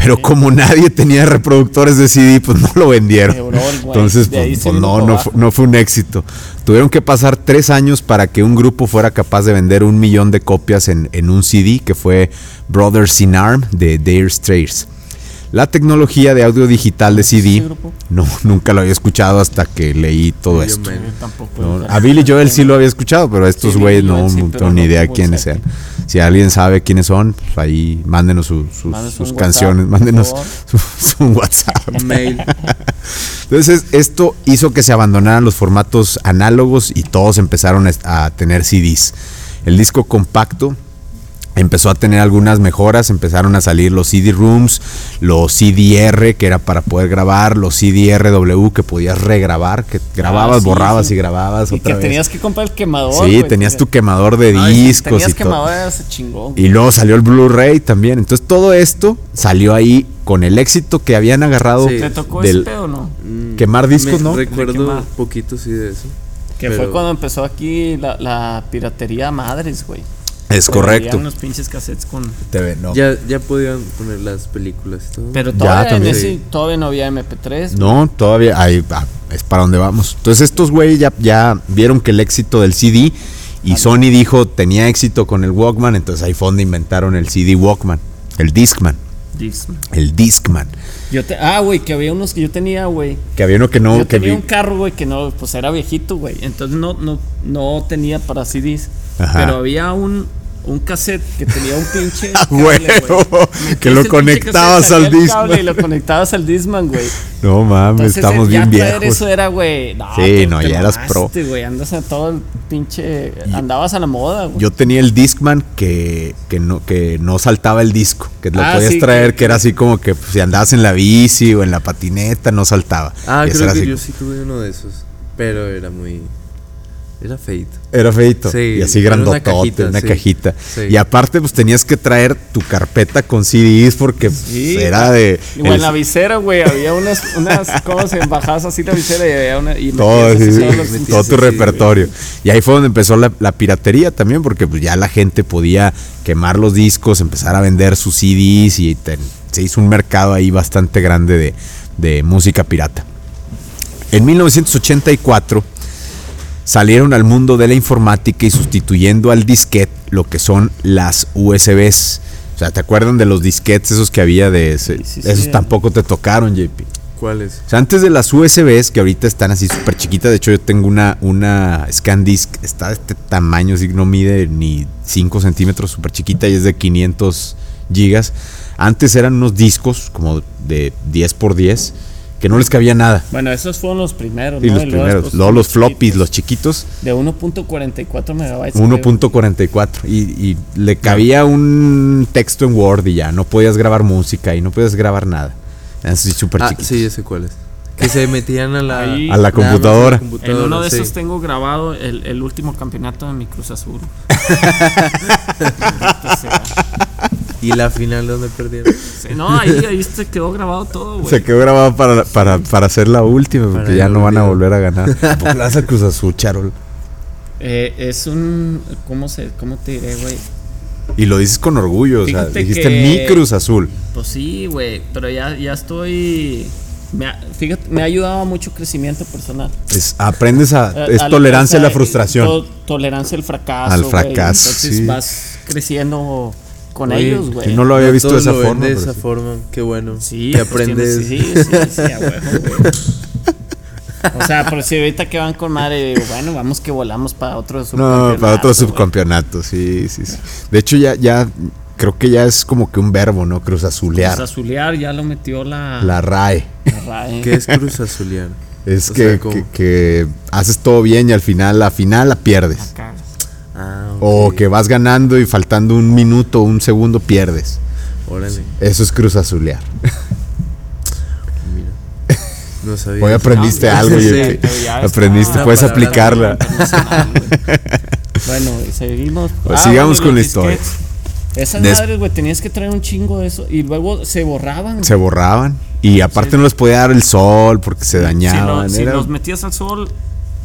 Speaker 1: Pero como nadie tenía reproductores de CD, pues no lo vendieron.
Speaker 4: Quebró el güey.
Speaker 1: Entonces,
Speaker 4: De ahí
Speaker 1: pues,
Speaker 4: se
Speaker 1: pues,
Speaker 4: vino
Speaker 1: no,
Speaker 4: para
Speaker 1: no,
Speaker 4: abajo.
Speaker 1: fue, no fue un éxito. Tuvieron que pasar tres años para que un grupo fuera capaz de vender un millón de copias en, en un CD, que fue Brothers in Arm de Dire Straits. La tecnología de audio digital de CD, no, nunca lo había escuchado hasta que leí todo
Speaker 3: Yo
Speaker 1: esto.
Speaker 3: menos.
Speaker 4: Tampoco.
Speaker 1: No, a Billy Joel sí lo había escuchado, pero a estos
Speaker 4: Sí,
Speaker 1: güeyes
Speaker 4: Billy
Speaker 1: no,
Speaker 4: Joel sí,
Speaker 1: no
Speaker 4: pero
Speaker 1: tengo ni
Speaker 4: no
Speaker 1: idea
Speaker 4: como
Speaker 1: quiénes
Speaker 4: exacto.
Speaker 1: sean. Si alguien sabe quiénes son, pues ahí mándenos su- sus,
Speaker 4: Mándenos
Speaker 1: sus
Speaker 4: un
Speaker 1: canciones,
Speaker 4: WhatsApp, por
Speaker 1: mándenos
Speaker 4: favor.
Speaker 1: su, su WhatsApp.
Speaker 3: Mail.
Speaker 1: Entonces, esto hizo que se abandonaran los formatos análogos y todos empezaron a est- a tener CDs. El disco compacto empezó a tener algunas mejoras, empezaron a salir los CD rooms, los CDR que era para poder grabar, los CDRW que podías regrabar, que grababas,
Speaker 4: Ah, sí,
Speaker 1: borrabas
Speaker 4: sí.
Speaker 1: y grababas
Speaker 4: Y
Speaker 1: otra
Speaker 4: que
Speaker 1: vez.
Speaker 4: tenías que comprar el quemador.
Speaker 1: Sí,
Speaker 4: güey,
Speaker 1: tenías tu
Speaker 4: porque-
Speaker 1: quemador de
Speaker 4: No, y si
Speaker 1: discos y
Speaker 4: Tenías
Speaker 1: todo.
Speaker 4: quemador, ese chingón.
Speaker 1: Y luego salió el Blu-ray también. Entonces todo esto salió ahí con el éxito que habían agarrado
Speaker 3: Sí.
Speaker 4: ¿Te tocó
Speaker 1: pues, del
Speaker 4: ese pedo o no?
Speaker 3: Mm,
Speaker 1: Quemar discos,
Speaker 3: me
Speaker 1: ¿no?
Speaker 3: Recuerdo
Speaker 4: Quemar.
Speaker 3: poquito sí de eso.
Speaker 4: Que fue
Speaker 3: pero-
Speaker 4: cuando empezó aquí la, la piratería a madres, güey.
Speaker 1: Es
Speaker 4: Cuando
Speaker 1: correcto.
Speaker 4: vendían los pinches cassettes con...
Speaker 1: TV, no.
Speaker 3: Ya, ya podían poner las películas y todo.
Speaker 4: Pero
Speaker 1: Ya,
Speaker 4: todavía, en
Speaker 1: también.
Speaker 4: ese- todavía no había MP3.
Speaker 1: No, todavía ahí va, es para donde vamos. Entonces estos güeyes ya, ya vieron que el éxito del CD y Sony dijo tenía éxito con el Walkman, entonces ahí fue donde inventaron el CD Walkman, el Discman,
Speaker 4: Discman.
Speaker 1: el Discman.
Speaker 4: Yo te, ah, güey, que había unos que yo tenía, güey.
Speaker 1: Que había uno que no
Speaker 4: yo
Speaker 1: que
Speaker 4: tenía
Speaker 1: vi-
Speaker 4: un carro, güey, que no, pues era viejito, güey. Entonces no, no, no tenía para CDs.
Speaker 1: Ajá.
Speaker 4: Pero había un, un cassette que tenía un pinche.
Speaker 1: ¡Ah,
Speaker 4: cable, güey.
Speaker 1: huevo! Que lo
Speaker 4: Ese pinche
Speaker 1: conectabas
Speaker 4: cassette,
Speaker 1: al
Speaker 4: salía el cable
Speaker 1: Discman.
Speaker 4: Y lo conectabas al Disman, güey.
Speaker 1: No mames,
Speaker 4: Entonces,
Speaker 1: estamos
Speaker 4: ya
Speaker 1: bien
Speaker 4: traer
Speaker 1: viejos.
Speaker 4: Eso era, güey. No,
Speaker 1: Sí,
Speaker 4: te-
Speaker 1: no,
Speaker 4: te
Speaker 1: ya eras pro.
Speaker 4: mamaste, güey, andas a todo el pinche. Andabas a la moda, güey.
Speaker 1: Yo tenía el Discman que, que, no, que no saltaba el disco, que lo
Speaker 4: Ah,
Speaker 1: podías
Speaker 4: sí,
Speaker 1: traer,
Speaker 4: que-
Speaker 1: que era así como que pues, si andabas en la bici o en la patineta, no saltaba.
Speaker 3: Ah,
Speaker 1: Y ese
Speaker 3: creo
Speaker 1: era
Speaker 3: que
Speaker 1: así-
Speaker 3: yo sí tuve uno de esos. Pero era muy. Era feito.
Speaker 1: Era feito.
Speaker 3: Sí,
Speaker 1: y así
Speaker 3: era una
Speaker 1: grandotote, una cajita.
Speaker 3: cajita, sí. Sí.
Speaker 1: Y aparte, pues tenías que traer tu carpeta con CDs porque pues,
Speaker 4: Sí.
Speaker 1: era de.
Speaker 4: Y bueno,
Speaker 1: el-
Speaker 4: la visera, güey, había unas, unas cosas embajadas así la visera y había una. Y
Speaker 1: todo,
Speaker 4: metías
Speaker 1: sí,
Speaker 4: así
Speaker 1: sí,
Speaker 4: todos los
Speaker 1: todo
Speaker 4: cintitos.
Speaker 1: tu
Speaker 3: sí,
Speaker 1: repertorio. Y ahí fue donde empezó la, la piratería también, porque pues, ya la gente podía quemar los discos, empezar a vender sus CDs y te- se hizo un mercado ahí bastante grande de, de música pirata. En 1984 salieron al mundo de la informática y sustituyendo al disquete lo que son las USBs. O sea, ¿te acuerdan de los disquetes esos que había de ese?
Speaker 4: sí, sí,
Speaker 1: esos
Speaker 4: el-
Speaker 1: tampoco te tocaron, JP.
Speaker 3: ¿Cuáles?
Speaker 1: O sea, antes de las USBs, que ahorita están así súper chiquitas, de hecho yo tengo una, una ScanDisk, está de este tamaño, así no mide ni 5 centímetros, súper chiquita y es de 500 gigas. Antes eran unos discos como de 10 por 10 que no les cabía nada.
Speaker 4: Bueno, esos fueron los primeros,
Speaker 1: Y
Speaker 4: ¿no?
Speaker 1: los
Speaker 4: Y luego
Speaker 1: primeros,
Speaker 4: después
Speaker 1: luego los
Speaker 4: chiquitos.
Speaker 1: floppies, los chiquitos,
Speaker 4: De 1.44 megabytes. creo.
Speaker 1: 1.44 y, y le cabía un texto en Word y ya, no podías grabar música y no podías grabar nada. Eran así súper
Speaker 3: Ah,
Speaker 1: chiquitos.
Speaker 3: sí, ya sé cuáles. que se metían a la,
Speaker 4: Ahí.
Speaker 1: A la
Speaker 3: nada más
Speaker 1: computadora. En
Speaker 4: En uno de
Speaker 3: sí.
Speaker 4: esos tengo grabado el, el último campeonato de mi Cruz Azul.
Speaker 3: Y la final donde perdieron.
Speaker 4: Sí, No, ahí, ahí se quedó grabado todo, güey.
Speaker 1: Se quedó grabado para, para, para hacer la última, porque
Speaker 3: el
Speaker 1: ya no van a
Speaker 3: olvido.
Speaker 1: volver a ganar. ¿A poco le vas al Cruz Azul, Charol?
Speaker 4: Eh, es un. ¿Cómo, se, ¿Cómo te diré, güey?
Speaker 1: Y lo dices con orgullo, o sea,
Speaker 4: Fíjate
Speaker 1: dijiste
Speaker 4: que-
Speaker 1: mi Cruz Azul.
Speaker 4: Pues sí, güey. Pero ya, ya estoy. Me ha, fíjate, me ha ayudado a mucho crecimiento personal.
Speaker 1: Es- aprendes a. Es
Speaker 4: A- a-
Speaker 1: tolerancia a
Speaker 4: o sea,
Speaker 1: la frustración.
Speaker 4: to- tolerancia al fracaso.
Speaker 1: Al
Speaker 4: güey.
Speaker 1: fracaso,
Speaker 4: Entonces
Speaker 1: sí.
Speaker 4: vas creciendo con
Speaker 3: Güey,
Speaker 4: ellos, güey.
Speaker 1: Yo no lo había
Speaker 3: No
Speaker 1: visto de
Speaker 3: todos
Speaker 1: esa
Speaker 3: lo ven
Speaker 1: forma.
Speaker 3: De
Speaker 1: pero
Speaker 3: esa
Speaker 1: sí.
Speaker 3: forma, qué bueno.
Speaker 4: Sí,
Speaker 3: que
Speaker 4: pues tienes-
Speaker 3: aprendes.
Speaker 4: sí, sí, sí, a huevo, güey. O sea, pero si ahorita que van con madre, digo, bueno, vamos que volamos para otro
Speaker 1: No, para otro
Speaker 4: güey.
Speaker 1: subcampeonato, sí, sí, sí. De hecho, ya, ya, creo que ya es como que un verbo, ¿no? Cruz Azulear.
Speaker 4: Cruz Pues Azulear ya lo metió la,
Speaker 1: La RAE.
Speaker 4: la RAE.
Speaker 3: ¿Qué es Cruz Azuliano?
Speaker 1: Es
Speaker 3: O
Speaker 1: que,
Speaker 3: sea, como-
Speaker 1: que- que haces todo bien y al final, la final la pierdes.
Speaker 4: Acá.
Speaker 3: Ah,
Speaker 1: O
Speaker 3: ok,
Speaker 1: que vas ganando y faltando un minuto, un segundo, pierdes.
Speaker 3: Órale,
Speaker 1: Eso es Cruz Azulear.
Speaker 3: mira. No sabía.
Speaker 1: Hoy aprendiste
Speaker 4: Ah,
Speaker 1: algo,
Speaker 3: sí,
Speaker 1: Yeti.
Speaker 4: pero ya
Speaker 1: aprendiste,
Speaker 4: está-
Speaker 1: puedes
Speaker 3: Una palabra
Speaker 1: aplicarla.
Speaker 4: internacional, güey. bueno, y seguimos. Ah,
Speaker 1: Pues sigamos con la
Speaker 4: los
Speaker 1: historia.
Speaker 4: disquets. Esas
Speaker 1: Des-
Speaker 4: madres, güey, tenías que traer un chingo de eso. Y luego se borraban.
Speaker 1: Se borraban y aparte no les podía dar el sol porque se dañaban.
Speaker 4: Si, lo- si
Speaker 1: era-
Speaker 4: los metías al sol,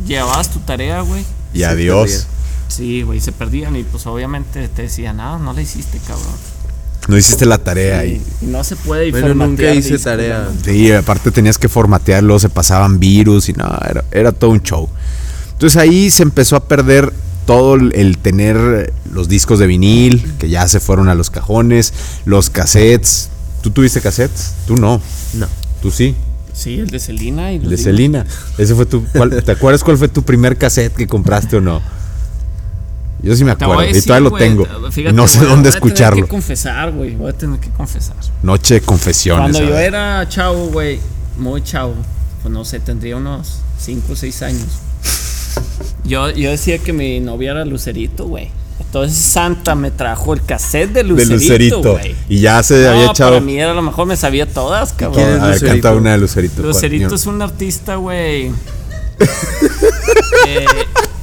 Speaker 4: llevabas tu tarea, güey.
Speaker 1: y adiós.
Speaker 4: Sí, güey, se perdían. Y pues obviamente te decían, "Ah, no, no la hiciste, cabrón.
Speaker 1: No hiciste la tarea ahí.
Speaker 4: Y no se puede. y
Speaker 3: Bueno, nunca
Speaker 4: formatear
Speaker 3: hice
Speaker 4: discos,
Speaker 3: tarea.
Speaker 1: Sí, aparte tenías que formatear, luego se pasaban virus y no, era, era todo un show. Entonces ahí se empezó a perder todo el- el tener los discos de vinil, que ya se fueron a los cajones, los cassettes. ¿Tú tuviste cassettes? Tú no.
Speaker 3: No.
Speaker 1: Tú sí,
Speaker 4: Sí, el de Celina y
Speaker 1: el
Speaker 4: los
Speaker 1: de
Speaker 4: Pues digo-
Speaker 1: Celina. Ese fue tu, ¿cuál- ¿Te acuerdas cuál fue tu primer cassette que compraste o no? Yo sí me
Speaker 4: Te voy a
Speaker 1: acuerdo, y
Speaker 4: decir,
Speaker 1: todavía lo
Speaker 4: güey,
Speaker 1: tengo.
Speaker 4: fíjate,
Speaker 1: no sé
Speaker 4: güey,
Speaker 1: dónde
Speaker 4: Voy a
Speaker 1: escucharlo.
Speaker 4: tener que confesar, güey. Voy a tener que confesar.
Speaker 1: Noche de confesiones.
Speaker 4: Cuando
Speaker 1: a
Speaker 4: yo
Speaker 1: ver.
Speaker 4: era chavo, güey, muy chavo, pues no sé, tendría unos 5 o 6 años. Yo, yo decía que mi novia era Lucerito, güey. Entonces Santa me trajo el cassette de
Speaker 1: de
Speaker 4: Lucerito,
Speaker 1: Lucerito.
Speaker 4: güey.
Speaker 1: Y ya se
Speaker 4: No,
Speaker 1: había echado.
Speaker 4: para mí era lo mejor, me sabía todas,
Speaker 1: A
Speaker 3: ¿Quién
Speaker 4: cabrón.
Speaker 3: es
Speaker 1: ver,
Speaker 3: Lucerito?
Speaker 1: canta una de Lucerito. ¿cuál?
Speaker 4: Lucerito es un artista, güey. Eh,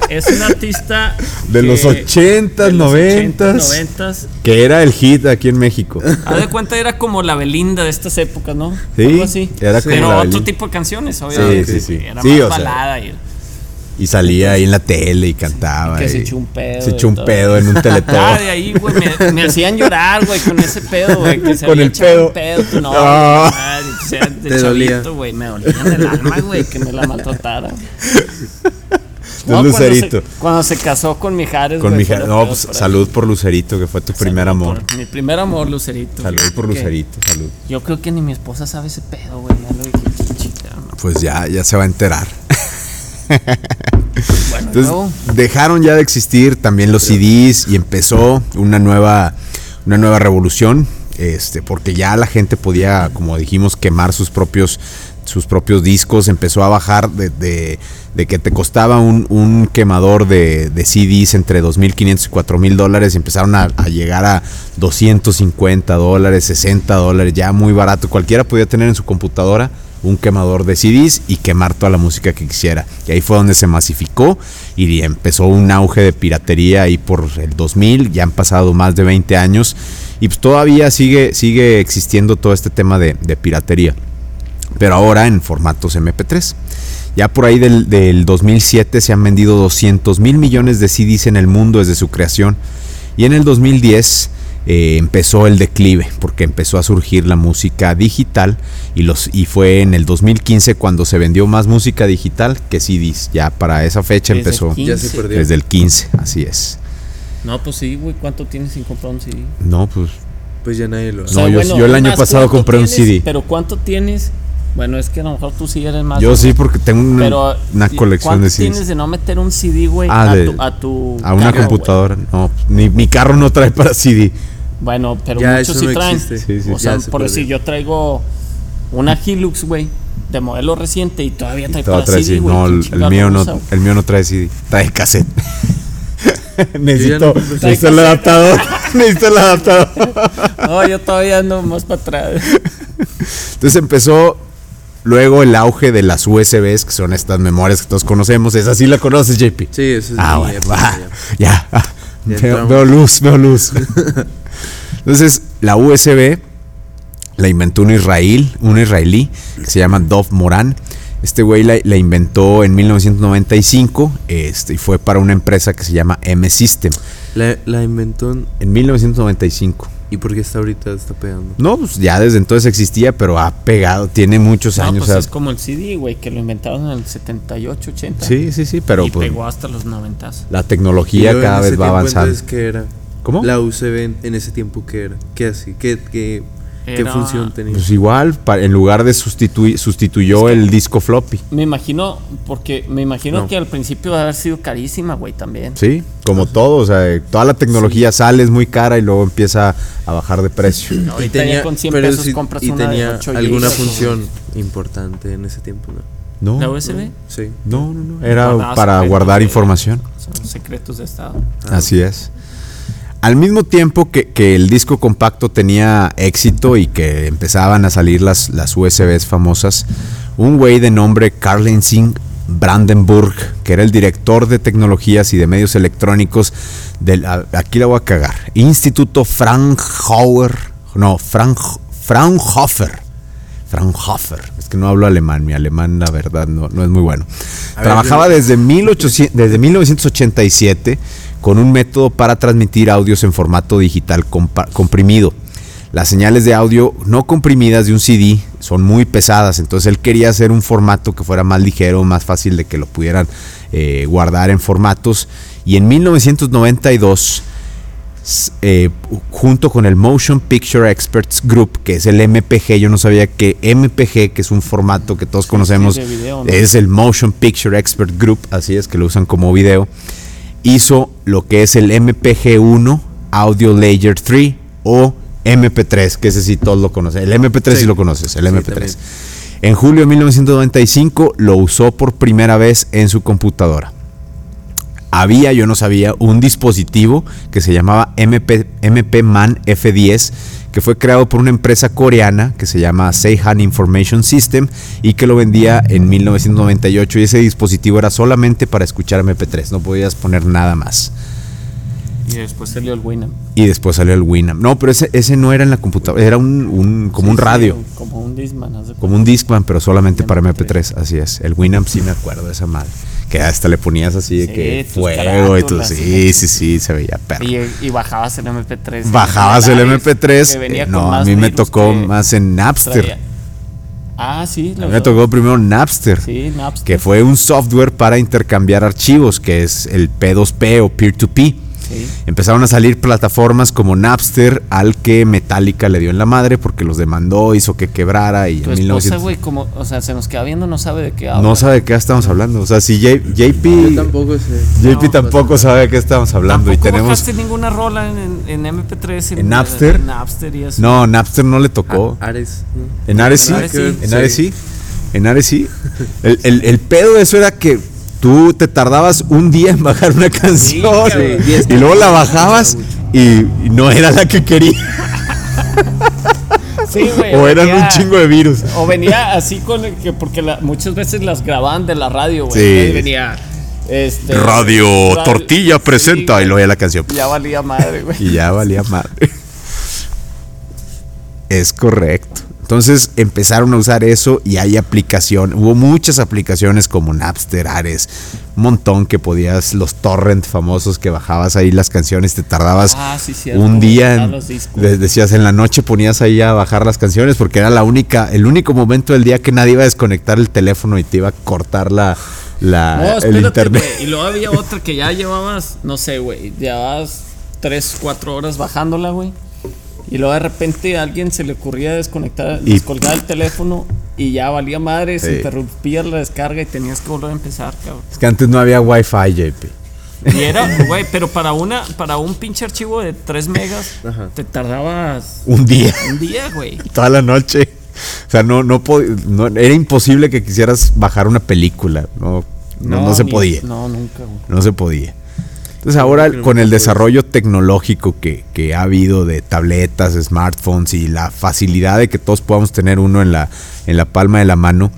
Speaker 4: es un artista
Speaker 1: De
Speaker 4: que-
Speaker 1: los ochentas,
Speaker 4: de los
Speaker 1: noventas.
Speaker 4: ochentas, noventas.
Speaker 1: Que era el hit aquí en México.
Speaker 4: Haz de cuenta era como la Belinda de estas épocas, ¿no?
Speaker 1: Sí,
Speaker 4: Algo así.
Speaker 1: era como
Speaker 4: Pero
Speaker 1: la
Speaker 4: otro
Speaker 1: Belinda.
Speaker 4: tipo de canciones,
Speaker 1: sí,
Speaker 4: obviamente.
Speaker 1: sí.
Speaker 4: Era
Speaker 1: Sí,
Speaker 4: más
Speaker 1: o sea,
Speaker 4: balada y
Speaker 1: Y salía ahí en la tele y cantaba.
Speaker 4: que se
Speaker 1: y
Speaker 4: echó un pedo.
Speaker 1: Se echó
Speaker 4: y
Speaker 1: un
Speaker 4: todo.
Speaker 1: pedo en un teletón.
Speaker 4: Ah, de ahí, güey, me, me hacían llorar, güey, con ese pedo, güey. que se
Speaker 1: Con
Speaker 4: había
Speaker 1: el
Speaker 4: echado
Speaker 1: pedo. Ah.
Speaker 4: un pedo tu novia,
Speaker 1: No.
Speaker 4: madre, o sea, de
Speaker 3: Te dolía.
Speaker 4: chavito, güey, me dolía en el alma, güey, que me la maltratara.
Speaker 1: Entonces,
Speaker 4: cuando
Speaker 1: Este Lucerito.
Speaker 4: se- Cuando se, casó con Mijares,
Speaker 1: Con
Speaker 4: güey,
Speaker 1: mi
Speaker 4: fue
Speaker 1: ja-
Speaker 4: lo
Speaker 1: No,
Speaker 4: peor
Speaker 1: pues
Speaker 4: para
Speaker 1: salud por Lucerito, que fue tu
Speaker 4: mí.
Speaker 1: primer
Speaker 4: Salud
Speaker 1: amor.
Speaker 4: por- mi primer amor, Lucerito. güey.
Speaker 1: Salud por
Speaker 4: Que
Speaker 1: Lucerito, salud.
Speaker 4: Yo creo que ni mi esposa sabe ese pedo, güey. ya lo dije, chingada, no.
Speaker 1: Pues ya, ya se va a enterar.
Speaker 4: Bueno,
Speaker 1: Entonces,
Speaker 4: luego-
Speaker 1: dejaron ya de existir también los CDs y empezó una nueva, una nueva revolución, este, porque ya la gente podía, como dijimos, quemar sus propios, sus propios discos, empezó a bajar de, de- de que te costaba un, un quemador de, de CDs entre 2.500 y 4.000 dólares, y empezaron a, a llegar a 250 dólares, 60 dólares, ya muy barato, cualquiera podía tener en su computadora un quemador de CDs y quemar toda la música que quisiera. Y ahí fue donde se masificó y empezó un auge de piratería ahí por el 2000, ya han pasado más de 20 años y pues todavía sigue, sigue existiendo todo este tema de, de piratería, pero ahora en formatos MP3. Ya por ahí del, del 2007 se han vendido 200 mil millones de CDs en el mundo desde su creación y en el 2010 eh, empezó el declive, porque empezó a surgir la música digital y, los, y fue en el 2015 cuando se vendió más música digital que CDs. Ya para esa fecha
Speaker 4: Desde
Speaker 1: empezó
Speaker 4: 15.
Speaker 3: Ya se perdió.
Speaker 1: desde el 15, así es.
Speaker 4: No, pues sí, güey, ¿cuánto tienes sin comprar un CD?
Speaker 1: No, pues
Speaker 3: Pues ya nadie lo
Speaker 1: No, yo- yo el
Speaker 4: es
Speaker 1: año pasado
Speaker 4: ¿cuánto
Speaker 1: compré un
Speaker 4: tienes?
Speaker 1: CD.
Speaker 4: Pero ¿cuánto tienes? Bueno, es que a lo mejor tú sí eres más.
Speaker 1: yo
Speaker 4: güey.
Speaker 1: sí porque tengo una,
Speaker 4: Ah, Pero,
Speaker 1: una
Speaker 4: ¿y
Speaker 1: colección
Speaker 4: cuánto
Speaker 1: de
Speaker 4: tienes
Speaker 1: CDs.
Speaker 4: de no meter un CD, güey,
Speaker 1: Ah,
Speaker 4: a,
Speaker 1: de-
Speaker 4: tu, a tu
Speaker 1: A una
Speaker 4: carro,
Speaker 1: computadora, no, pues, ni, mi carro no trae para CD.
Speaker 4: güey? Bueno, pero
Speaker 3: Ya,
Speaker 4: muchos
Speaker 3: eso
Speaker 4: sí
Speaker 3: no
Speaker 4: traen.
Speaker 3: existe.
Speaker 1: Sí, sí,
Speaker 4: o sea,
Speaker 3: ya se
Speaker 4: por decir,
Speaker 3: perdió.
Speaker 4: yo traigo una Hilux, güey, de modelo reciente y todavía trae
Speaker 1: Te va a
Speaker 4: para
Speaker 1: traer
Speaker 4: CD,
Speaker 1: CD.
Speaker 4: güey.
Speaker 1: No,
Speaker 4: ¿quién
Speaker 1: el, el
Speaker 4: chingado
Speaker 1: mío
Speaker 4: lo
Speaker 1: no,
Speaker 4: usa, güey?
Speaker 1: el mío no trae CD, trae cassette. necesito,
Speaker 3: compro CD.
Speaker 1: necesito el adaptador, necesito el adaptador.
Speaker 4: No, yo todavía ando más para atrás.
Speaker 1: Entonces empezó Luego el auge de las USBs, que son estas memorias que todos conocemos. Esa sí la conoces, JP.
Speaker 3: Sí, eso es
Speaker 1: Ah,
Speaker 3: mi
Speaker 1: bueno,
Speaker 3: época
Speaker 1: va.
Speaker 3: ya.
Speaker 1: Ya. ah,
Speaker 3: Ya
Speaker 1: veo,
Speaker 3: entramos.
Speaker 1: veo luz, veo luz. Entonces, la USB la inventó un israelí, un israelí que se llama Dov Moran. Este güey la, la inventó en 1995 este, y fue para una empresa que se llama M System.
Speaker 3: La, la inventó en-
Speaker 1: En 1995.
Speaker 3: y porque está ahorita está pegando.
Speaker 1: No, pues ya desde entonces existía, pero ha pegado, tiene muchos
Speaker 4: No,
Speaker 1: años.
Speaker 4: pues
Speaker 1: o sea,
Speaker 4: es como el CD, güey, que lo inventaron en el 78, 80.
Speaker 1: sí, sí, sí, pero
Speaker 4: y
Speaker 1: pues,
Speaker 4: pegó hasta los 90.
Speaker 1: la
Speaker 3: Y
Speaker 1: tecnología
Speaker 3: luego en
Speaker 1: cada
Speaker 3: ese
Speaker 1: vez va
Speaker 3: tiempo,
Speaker 1: avanzando.
Speaker 3: Entonces, ¿qué era?
Speaker 1: ¿Cómo?
Speaker 3: La UCB en, en ese tiempo, ¿qué era? ¿Qué así? ¿Qué, qué, qué
Speaker 4: Era-
Speaker 3: función tenía?
Speaker 1: Pues igual, pa- en lugar de sustituir, sustituyó el disco floppy.
Speaker 4: Me imagino, porque me imagino
Speaker 3: No.
Speaker 4: que al principio va a haber sido carísima, güey, también.
Speaker 1: Sí, como todo, o sea, eh, toda la tecnología sale, es muy cara y luego empieza a bajar de precio.
Speaker 3: Y
Speaker 4: Ahorita ya con 100
Speaker 3: pero
Speaker 4: pesos
Speaker 3: sí-
Speaker 4: compras
Speaker 3: y
Speaker 4: una de
Speaker 3: tenía
Speaker 4: 8
Speaker 3: alguna
Speaker 4: gigas,
Speaker 3: función importante en ese tiempo, ¿no?
Speaker 1: No,
Speaker 4: La USB
Speaker 3: Sí.
Speaker 1: no, no, no, era
Speaker 4: Guardabas
Speaker 1: para
Speaker 4: secretos
Speaker 1: guardar
Speaker 4: de-
Speaker 1: información.
Speaker 4: son secretos de Estado.
Speaker 3: Ah.
Speaker 1: Así es. Al mismo tiempo que, que el disco compacto tenía éxito y que empezaban a salir las, las USBs famosas, un güey de nombre Carlin Singh Brandenburg, que era el director de tecnologías y de medios electrónicos del, a- aquí la voy a cagar, Instituto Fraunhofer, no, Frank- Fraunhofer, Fraunhofer, es que no hablo alemán, mi alemán la verdad no, no es muy bueno.
Speaker 3: A ver,
Speaker 1: Trabajaba
Speaker 3: yo-
Speaker 1: desde, 1800 desde 1987 con un método para transmitir audios en formato digital compa- comprimido. Las señales de audio no comprimidas de un CD son muy pesadas, entonces él quería hacer un formato que fuera más ligero, más fácil de que lo pudieran eh, guardar en formatos. Y en 1992 s- eh, junto con el Motion Picture Experts Group, que es el MPG. Yo no sabía que MPG, que es un formato que todos conocemos,
Speaker 4: de video, ¿no?
Speaker 1: es el Motion Picture Expert Group, así es que lo usan como video, hizo lo que es el MPG1 Audio Layer 3 o MP3, que ese sí todos lo conocen. El MP3 sí,
Speaker 3: Sí.
Speaker 1: lo conoces, el
Speaker 3: Sí,
Speaker 1: MP3.
Speaker 3: también.
Speaker 1: en julio de 1995 lo usó por primera vez en su computadora había, yo no sabía, un dispositivo que se llamaba MP, MP Man F10, que fue creado por una empresa coreana que se llama Seihan Information System y que lo vendía en 1998 y ese dispositivo era solamente para escuchar MP3, no podías poner nada más.
Speaker 4: Y después salió el Winamp.
Speaker 1: Y después salió el Winamp. No, pero ese, ese no era en la computadora, era un, un- como un
Speaker 4: Sí, sí,
Speaker 1: radio.
Speaker 4: como un Disman. haz de
Speaker 1: Como un Discman, pero solamente para
Speaker 4: MP3.
Speaker 1: MP3, así es. El Winamp sí me acuerdo de esa madre. Que hasta le ponías así de
Speaker 4: Sí,
Speaker 1: que
Speaker 4: tus
Speaker 1: fuego y todo.
Speaker 4: carátulas y
Speaker 1: Sí, sí, sí, se veía perro.
Speaker 4: Y, y bajabas el MP3.
Speaker 1: Bajabas el
Speaker 4: Lares,
Speaker 1: MP3.
Speaker 4: que venía
Speaker 1: eh,
Speaker 4: con
Speaker 1: no, a
Speaker 4: más
Speaker 1: mí me
Speaker 4: virus
Speaker 1: tocó
Speaker 4: que
Speaker 1: más en Napster.
Speaker 4: traía. Ah, sí.
Speaker 1: A
Speaker 4: lo-
Speaker 1: mí me tocó primero Napster,
Speaker 4: Sí, Napster.
Speaker 1: que fue un software para intercambiar archivos, que es el P2P o peer-to-peer.
Speaker 4: Sí.
Speaker 1: Empezaron a salir plataformas como Napster, al que Metallica le dio en la madre porque los demandó, hizo que quebrara y en
Speaker 4: Tu esposa,
Speaker 1: 1900
Speaker 4: güey, como, o sea, se nos queda viendo, no sabe de qué habla.
Speaker 1: no sabe de qué estamos hablando. O sea, si J- JP,
Speaker 3: Yo tampoco pues, sé.
Speaker 1: JP
Speaker 4: no,
Speaker 1: tampoco sabe de qué estamos hablando
Speaker 4: Tampoco
Speaker 1: y tenemos
Speaker 4: bajaste ninguna rola en, en- en MP3.
Speaker 1: ¿En Napster?
Speaker 4: En Napster y eso.
Speaker 1: no, Napster no le tocó.
Speaker 3: A- Ares. ¿no?
Speaker 1: En Ares sí.
Speaker 4: Ares sí.
Speaker 1: En Ares sí. En Ares sí. El, el- el pedo de eso era que tú te tardabas un día en bajar una canción
Speaker 4: cabrón.
Speaker 1: y luego la bajabas y no era la que quería.
Speaker 4: Sí, güey,
Speaker 1: O eran
Speaker 4: venía-
Speaker 1: un chingo de virus.
Speaker 4: O venía así con el que, porque la- muchas veces las grababan de la radio, güey.
Speaker 1: Sí.
Speaker 4: Entonces venía. Este, radio- sí,
Speaker 1: y luego ya la canción.
Speaker 4: Ya valía madre, güey.
Speaker 1: Y ya valía madre. Es correcto. Entonces empezaron a usar eso y hay aplicación. Hubo muchas aplicaciones como Napster, Ares, un montón que podías, los torrent famosos que bajabas ahí las canciones, te tardabas
Speaker 4: Ah, sí, cierto,
Speaker 1: un día.
Speaker 4: bajar
Speaker 1: en-
Speaker 4: los discos.
Speaker 1: de- decías en la noche ponías ahí a bajar las canciones porque era la única, el único momento del día que nadie iba a desconectar el teléfono y te iba a cortar la, la-
Speaker 4: No,
Speaker 1: Ah, el
Speaker 4: espérate,
Speaker 1: internet.
Speaker 4: güey. Y luego había otra que ya llevabas, no sé, güey, llevabas 3, 4 horas bajándola, güey. Y luego de repente a alguien se le ocurría desconectar,
Speaker 1: Y-
Speaker 4: descolgar el teléfono y ya valía madre,
Speaker 1: Sí.
Speaker 4: se interrumpía la descarga y tenías que volver a empezar, cabrón.
Speaker 1: Es que antes no había wifi, JP.
Speaker 4: Y era, güey, pero para una, para un pinche archivo de 3 megas,
Speaker 3: Ajá.
Speaker 4: te tardabas
Speaker 1: Un día.
Speaker 4: un día, güey.
Speaker 1: toda la noche. O sea, no, no, po- no- era imposible que quisieras bajar una película. No, no, no se
Speaker 4: ni-
Speaker 1: podía. No.
Speaker 4: No, nunca, güey.
Speaker 1: se podía. Entonces ahora
Speaker 3: creo
Speaker 1: con
Speaker 3: que
Speaker 1: el
Speaker 3: puede
Speaker 1: desarrollo tecnológico que, que ha habido de tabletas, smartphones y la facilidad de que todos podamos tener uno en la, en la palma de la mano,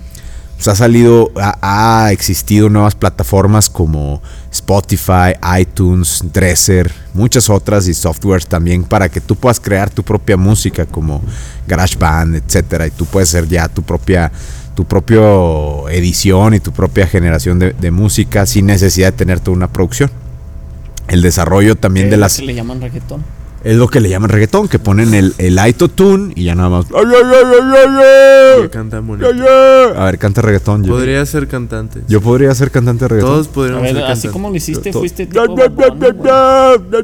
Speaker 1: pues ha salido, ha, ha existido nuevas plataformas como Spotify, iTunes, Dresser, muchas otras y softwares también para que tú puedas crear tu propia música como GarageBand, etcétera, y tú puedes ser ya tu propia tu propio edición y tu propia generación de, de música sin necesidad de tener toda una producción. El desarrollo también de
Speaker 4: Eh,
Speaker 1: las
Speaker 4: que le llaman reggaetón.
Speaker 1: es lo que le llaman reggaetón, que ponen el el autotune y ya nada más "Ay, ay, ay, ay,
Speaker 3: Que
Speaker 1: ay, ay,
Speaker 3: canta
Speaker 1: ay,
Speaker 3: bonito.
Speaker 1: ay". A ver, canta reggaetón. yo.
Speaker 3: Podría ser cantante.
Speaker 1: Yo podría ser cantante de reggaetón.
Speaker 3: Todos
Speaker 4: A
Speaker 3: podríamos
Speaker 4: ver,
Speaker 3: ser
Speaker 4: así
Speaker 3: cantantes.
Speaker 4: como lo hiciste,
Speaker 1: Todo-
Speaker 4: fuiste tipo Bad Bunny, güey.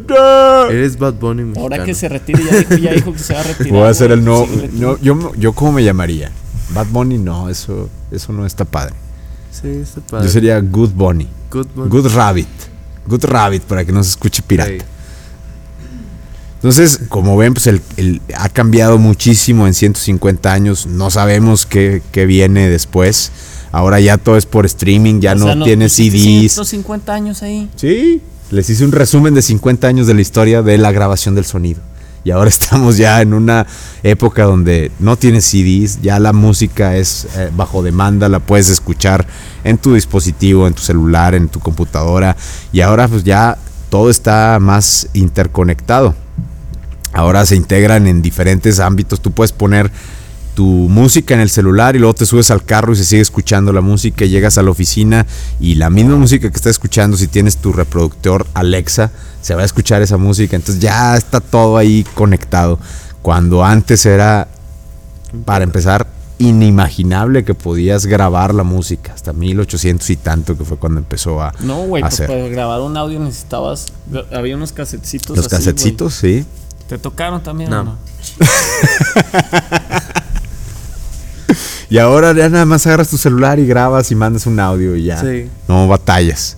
Speaker 3: Eres Bad Bunny mexicano.
Speaker 4: Ahora que se retire, ya dijo, ya dijo que se va a retirar.
Speaker 1: Eh, Voy a hacer
Speaker 4: güey,
Speaker 1: el nuevo.
Speaker 4: síguele tú.
Speaker 1: Yo, yo, yo cómo me llamaría. Bad Bunny no, eso, eso no está padre.
Speaker 3: Sí, está padre.
Speaker 1: Yo sería Good Bunny.
Speaker 3: Good Bunny.
Speaker 1: Good Rabbit. Good Rabbit para que no se escuche pirata.
Speaker 3: Ey,
Speaker 1: Entonces, como ven, pues el, el- ha cambiado muchísimo en 150 años. No sabemos qué, qué viene después. Ahora ya todo es por streaming, ya
Speaker 4: O
Speaker 1: no
Speaker 4: sea,
Speaker 1: tiene
Speaker 4: hiciste
Speaker 1: CDs.
Speaker 4: 150 años ahí.
Speaker 1: Sí, les hice un resumen de 50 años de la historia de la grabación del sonido. Y ahora estamos ya en una época donde no tienes CDs, ya la música es eh, bajo demanda, la puedes escuchar en tu dispositivo, en tu celular, en tu computadora. Y ahora pues ya todo está más interconectado. Ahora se integran en diferentes ámbitos. Tú puedes poner tu música en el celular y luego te subes al carro y se sigue escuchando la música. y Llegas a la oficina y la misma música que estás escuchando, si tienes tu reproductor Alexa, se va a escuchar esa música. Entonces ya está todo ahí conectado. Cuando antes era, para empezar, inimaginable que podías grabar la música. Hasta 1800 y tanto, que fue cuando empezó a,
Speaker 4: No, güey,
Speaker 1: a
Speaker 4: pues
Speaker 1: hacer.
Speaker 4: para grabar un audio necesitabas. Había unos casetcitos.
Speaker 1: Los
Speaker 4: así, güey.
Speaker 1: casetitos, sí.
Speaker 4: ¿Te tocaron también?
Speaker 3: No.
Speaker 4: o No.
Speaker 1: Y ahora ya nada más agarras tu celular y grabas y mandas un audio y ya.
Speaker 3: Sí.
Speaker 1: No batallas.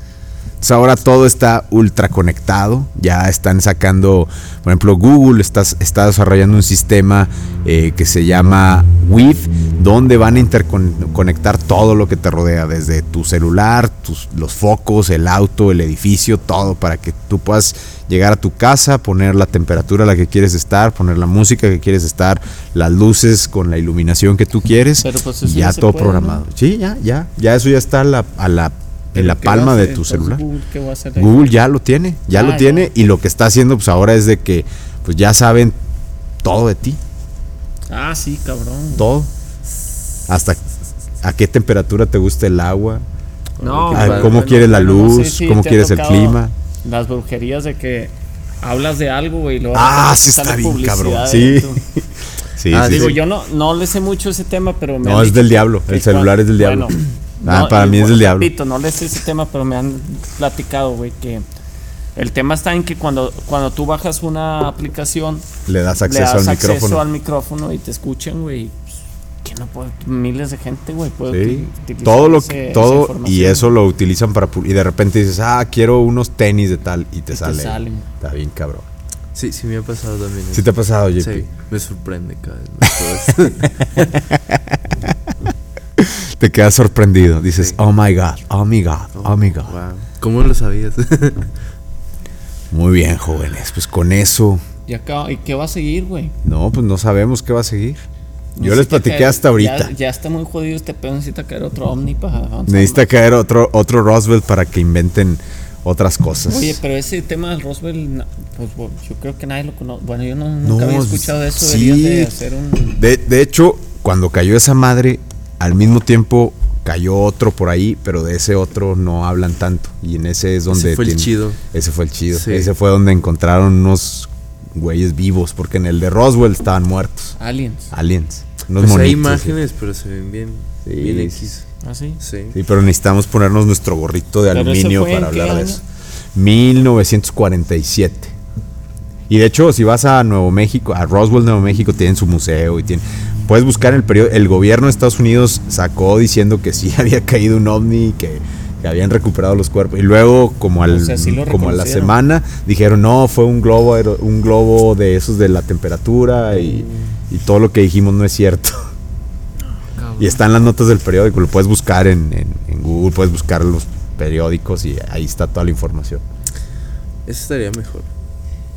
Speaker 1: Entonces ahora todo está ultra conectado. Ya están sacando, por ejemplo, Google está, está desarrollando un sistema eh, que se llama Weave, donde van a interconectar todo lo que te rodea, desde tu celular, tus, los focos, el auto, el edificio, todo, para que tú puedas llegar a tu casa, poner la temperatura a la que quieres estar, poner la música que quieres estar, las luces con la iluminación que tú quieres.
Speaker 4: Pero, pues, eso
Speaker 1: y ya
Speaker 4: ya se
Speaker 1: todo
Speaker 4: puede,
Speaker 1: programado. Sí, ya, ya. Ya eso ya está a la- a la, en la
Speaker 4: ¿Qué va
Speaker 1: palma
Speaker 4: a
Speaker 1: de
Speaker 4: hacer?
Speaker 1: tu
Speaker 4: Entonces,
Speaker 1: celular.
Speaker 4: Google, ¿qué va a hacer ahí?
Speaker 1: Google ya lo tiene, ya
Speaker 4: Ah,
Speaker 1: lo
Speaker 4: ya.
Speaker 1: tiene y lo que está haciendo pues ahora es de que pues ya saben todo de ti,
Speaker 4: Ah, sí, cabrón.
Speaker 1: todo. Hasta a qué temperatura te gusta el agua,
Speaker 4: No,
Speaker 3: Qué
Speaker 1: a
Speaker 3: padre.
Speaker 1: Ah, cómo
Speaker 3: Bueno,
Speaker 1: quieres la
Speaker 4: Bueno, no
Speaker 1: luz,
Speaker 4: sé si
Speaker 1: cómo
Speaker 4: te ha
Speaker 1: quieres el
Speaker 4: tocado
Speaker 1: clima.
Speaker 4: Las brujerías de que hablas de algo, güey. y luego
Speaker 1: Ah, sí
Speaker 4: sale
Speaker 1: está bien
Speaker 4: publicidad
Speaker 1: cabrón.
Speaker 4: de
Speaker 1: Sí.
Speaker 4: tu-
Speaker 1: Sí,
Speaker 3: Ah,
Speaker 1: sí,
Speaker 4: Digo,
Speaker 1: sí.
Speaker 4: yo no, no le sé mucho ese tema, pero me
Speaker 1: No,
Speaker 4: han
Speaker 1: es
Speaker 4: dicho-
Speaker 1: del diablo,
Speaker 4: Sí,
Speaker 1: el celular
Speaker 4: cuál-
Speaker 1: es del diablo.
Speaker 4: bueno,
Speaker 1: Ah,
Speaker 4: no,
Speaker 1: para
Speaker 4: y
Speaker 1: mí es
Speaker 4: bueno,
Speaker 1: del diablo.
Speaker 4: Repito, no les sé ese tema, pero me han platicado, güey, que el tema está en que cuando, cuando tú bajas una aplicación,
Speaker 1: Le das
Speaker 4: le
Speaker 1: acceso
Speaker 4: das
Speaker 1: al
Speaker 4: acceso
Speaker 1: micrófono.
Speaker 4: al micrófono y te escuchan, güey. y, pues, Que no puede, miles de gente, güey, puede
Speaker 1: Sí,
Speaker 4: utilizar
Speaker 1: todo lo
Speaker 4: ese-
Speaker 1: que,
Speaker 4: esa
Speaker 1: todo y
Speaker 4: información.
Speaker 1: eso lo utilizan para pu- y de repente dices, "Ah, quiero unos tenis de tal" y te, sale.
Speaker 4: salen.
Speaker 1: Está bien cabrón.
Speaker 3: Sí, sí me ha pasado también.
Speaker 1: ¿Sí
Speaker 3: eso.
Speaker 1: te ha pasado, JP?
Speaker 3: Sí, me sorprende cada vez más todo esto.
Speaker 1: Te quedas sorprendido. Dices,
Speaker 3: Sí.
Speaker 1: oh my God, oh my God, oh my God.
Speaker 3: Wow. ¿Cómo lo sabías?
Speaker 1: Muy bien, jóvenes. Pues con eso,
Speaker 4: Y, acá, ¿Y qué va a seguir, güey?
Speaker 1: no, pues no sabemos qué va a seguir.
Speaker 4: No
Speaker 1: Yo
Speaker 4: sé
Speaker 1: les
Speaker 4: qué
Speaker 1: platiqué
Speaker 4: caer.
Speaker 1: hasta ahorita.
Speaker 4: Ya, ya está muy jodido este pedo, necesita caer otro ovni para avanzar
Speaker 1: Necesita caer otro, otro Roosevelt para que inventen otras cosas.
Speaker 4: Oye, pero ese tema del Roswell, na- pues bueno, yo creo que nadie lo conoce. Bueno, yo no,
Speaker 1: No,
Speaker 4: nunca había escuchado eso.
Speaker 1: sí.
Speaker 4: Deberías de hacer un.
Speaker 1: De, de hecho, cuando cayó esa madre, al mismo tiempo cayó otro por ahí, pero de ese otro no hablan tanto. Y en ese es donde.
Speaker 3: fue el
Speaker 1: tiene-
Speaker 3: chido.
Speaker 1: Ese fue el chido.
Speaker 3: Sí.
Speaker 1: Ese fue donde encontraron unos güeyes vivos, porque en el de Roswell estaban muertos.
Speaker 4: Aliens.
Speaker 1: Aliens. Unos
Speaker 3: Pues hay
Speaker 1: monitos,
Speaker 3: imágenes, pero se ven bien.
Speaker 1: Sí,
Speaker 3: bien
Speaker 1: sí.
Speaker 3: X.
Speaker 4: ¿Ah, sí?
Speaker 3: Sí.
Speaker 1: Sí, pero necesitamos ponernos nuestro gorrito de
Speaker 4: ¿Pero ese
Speaker 1: aluminio
Speaker 4: fue en
Speaker 1: para
Speaker 4: qué
Speaker 1: hablar de
Speaker 4: año?
Speaker 1: eso. 1947. Y de hecho, si vas a Nuevo México, a Roswell, Nuevo México, tienen su museo y tienen. Puedes buscar en el periodo. El gobierno de Estados Unidos sacó diciendo que sí había caído un ovni y que, que habían recuperado los cuerpos. Y luego, como, al,
Speaker 4: O sea, sí lo
Speaker 1: como a la
Speaker 4: reconocieron.
Speaker 1: semana, dijeron no, fue un globo, aero- un globo de esos de la temperatura y, y todo lo que dijimos no es cierto. Y están las notas del periódico, lo puedes buscar en, en- en Google, puedes buscar los periódicos y ahí está toda la información.
Speaker 3: Eso estaría mejor.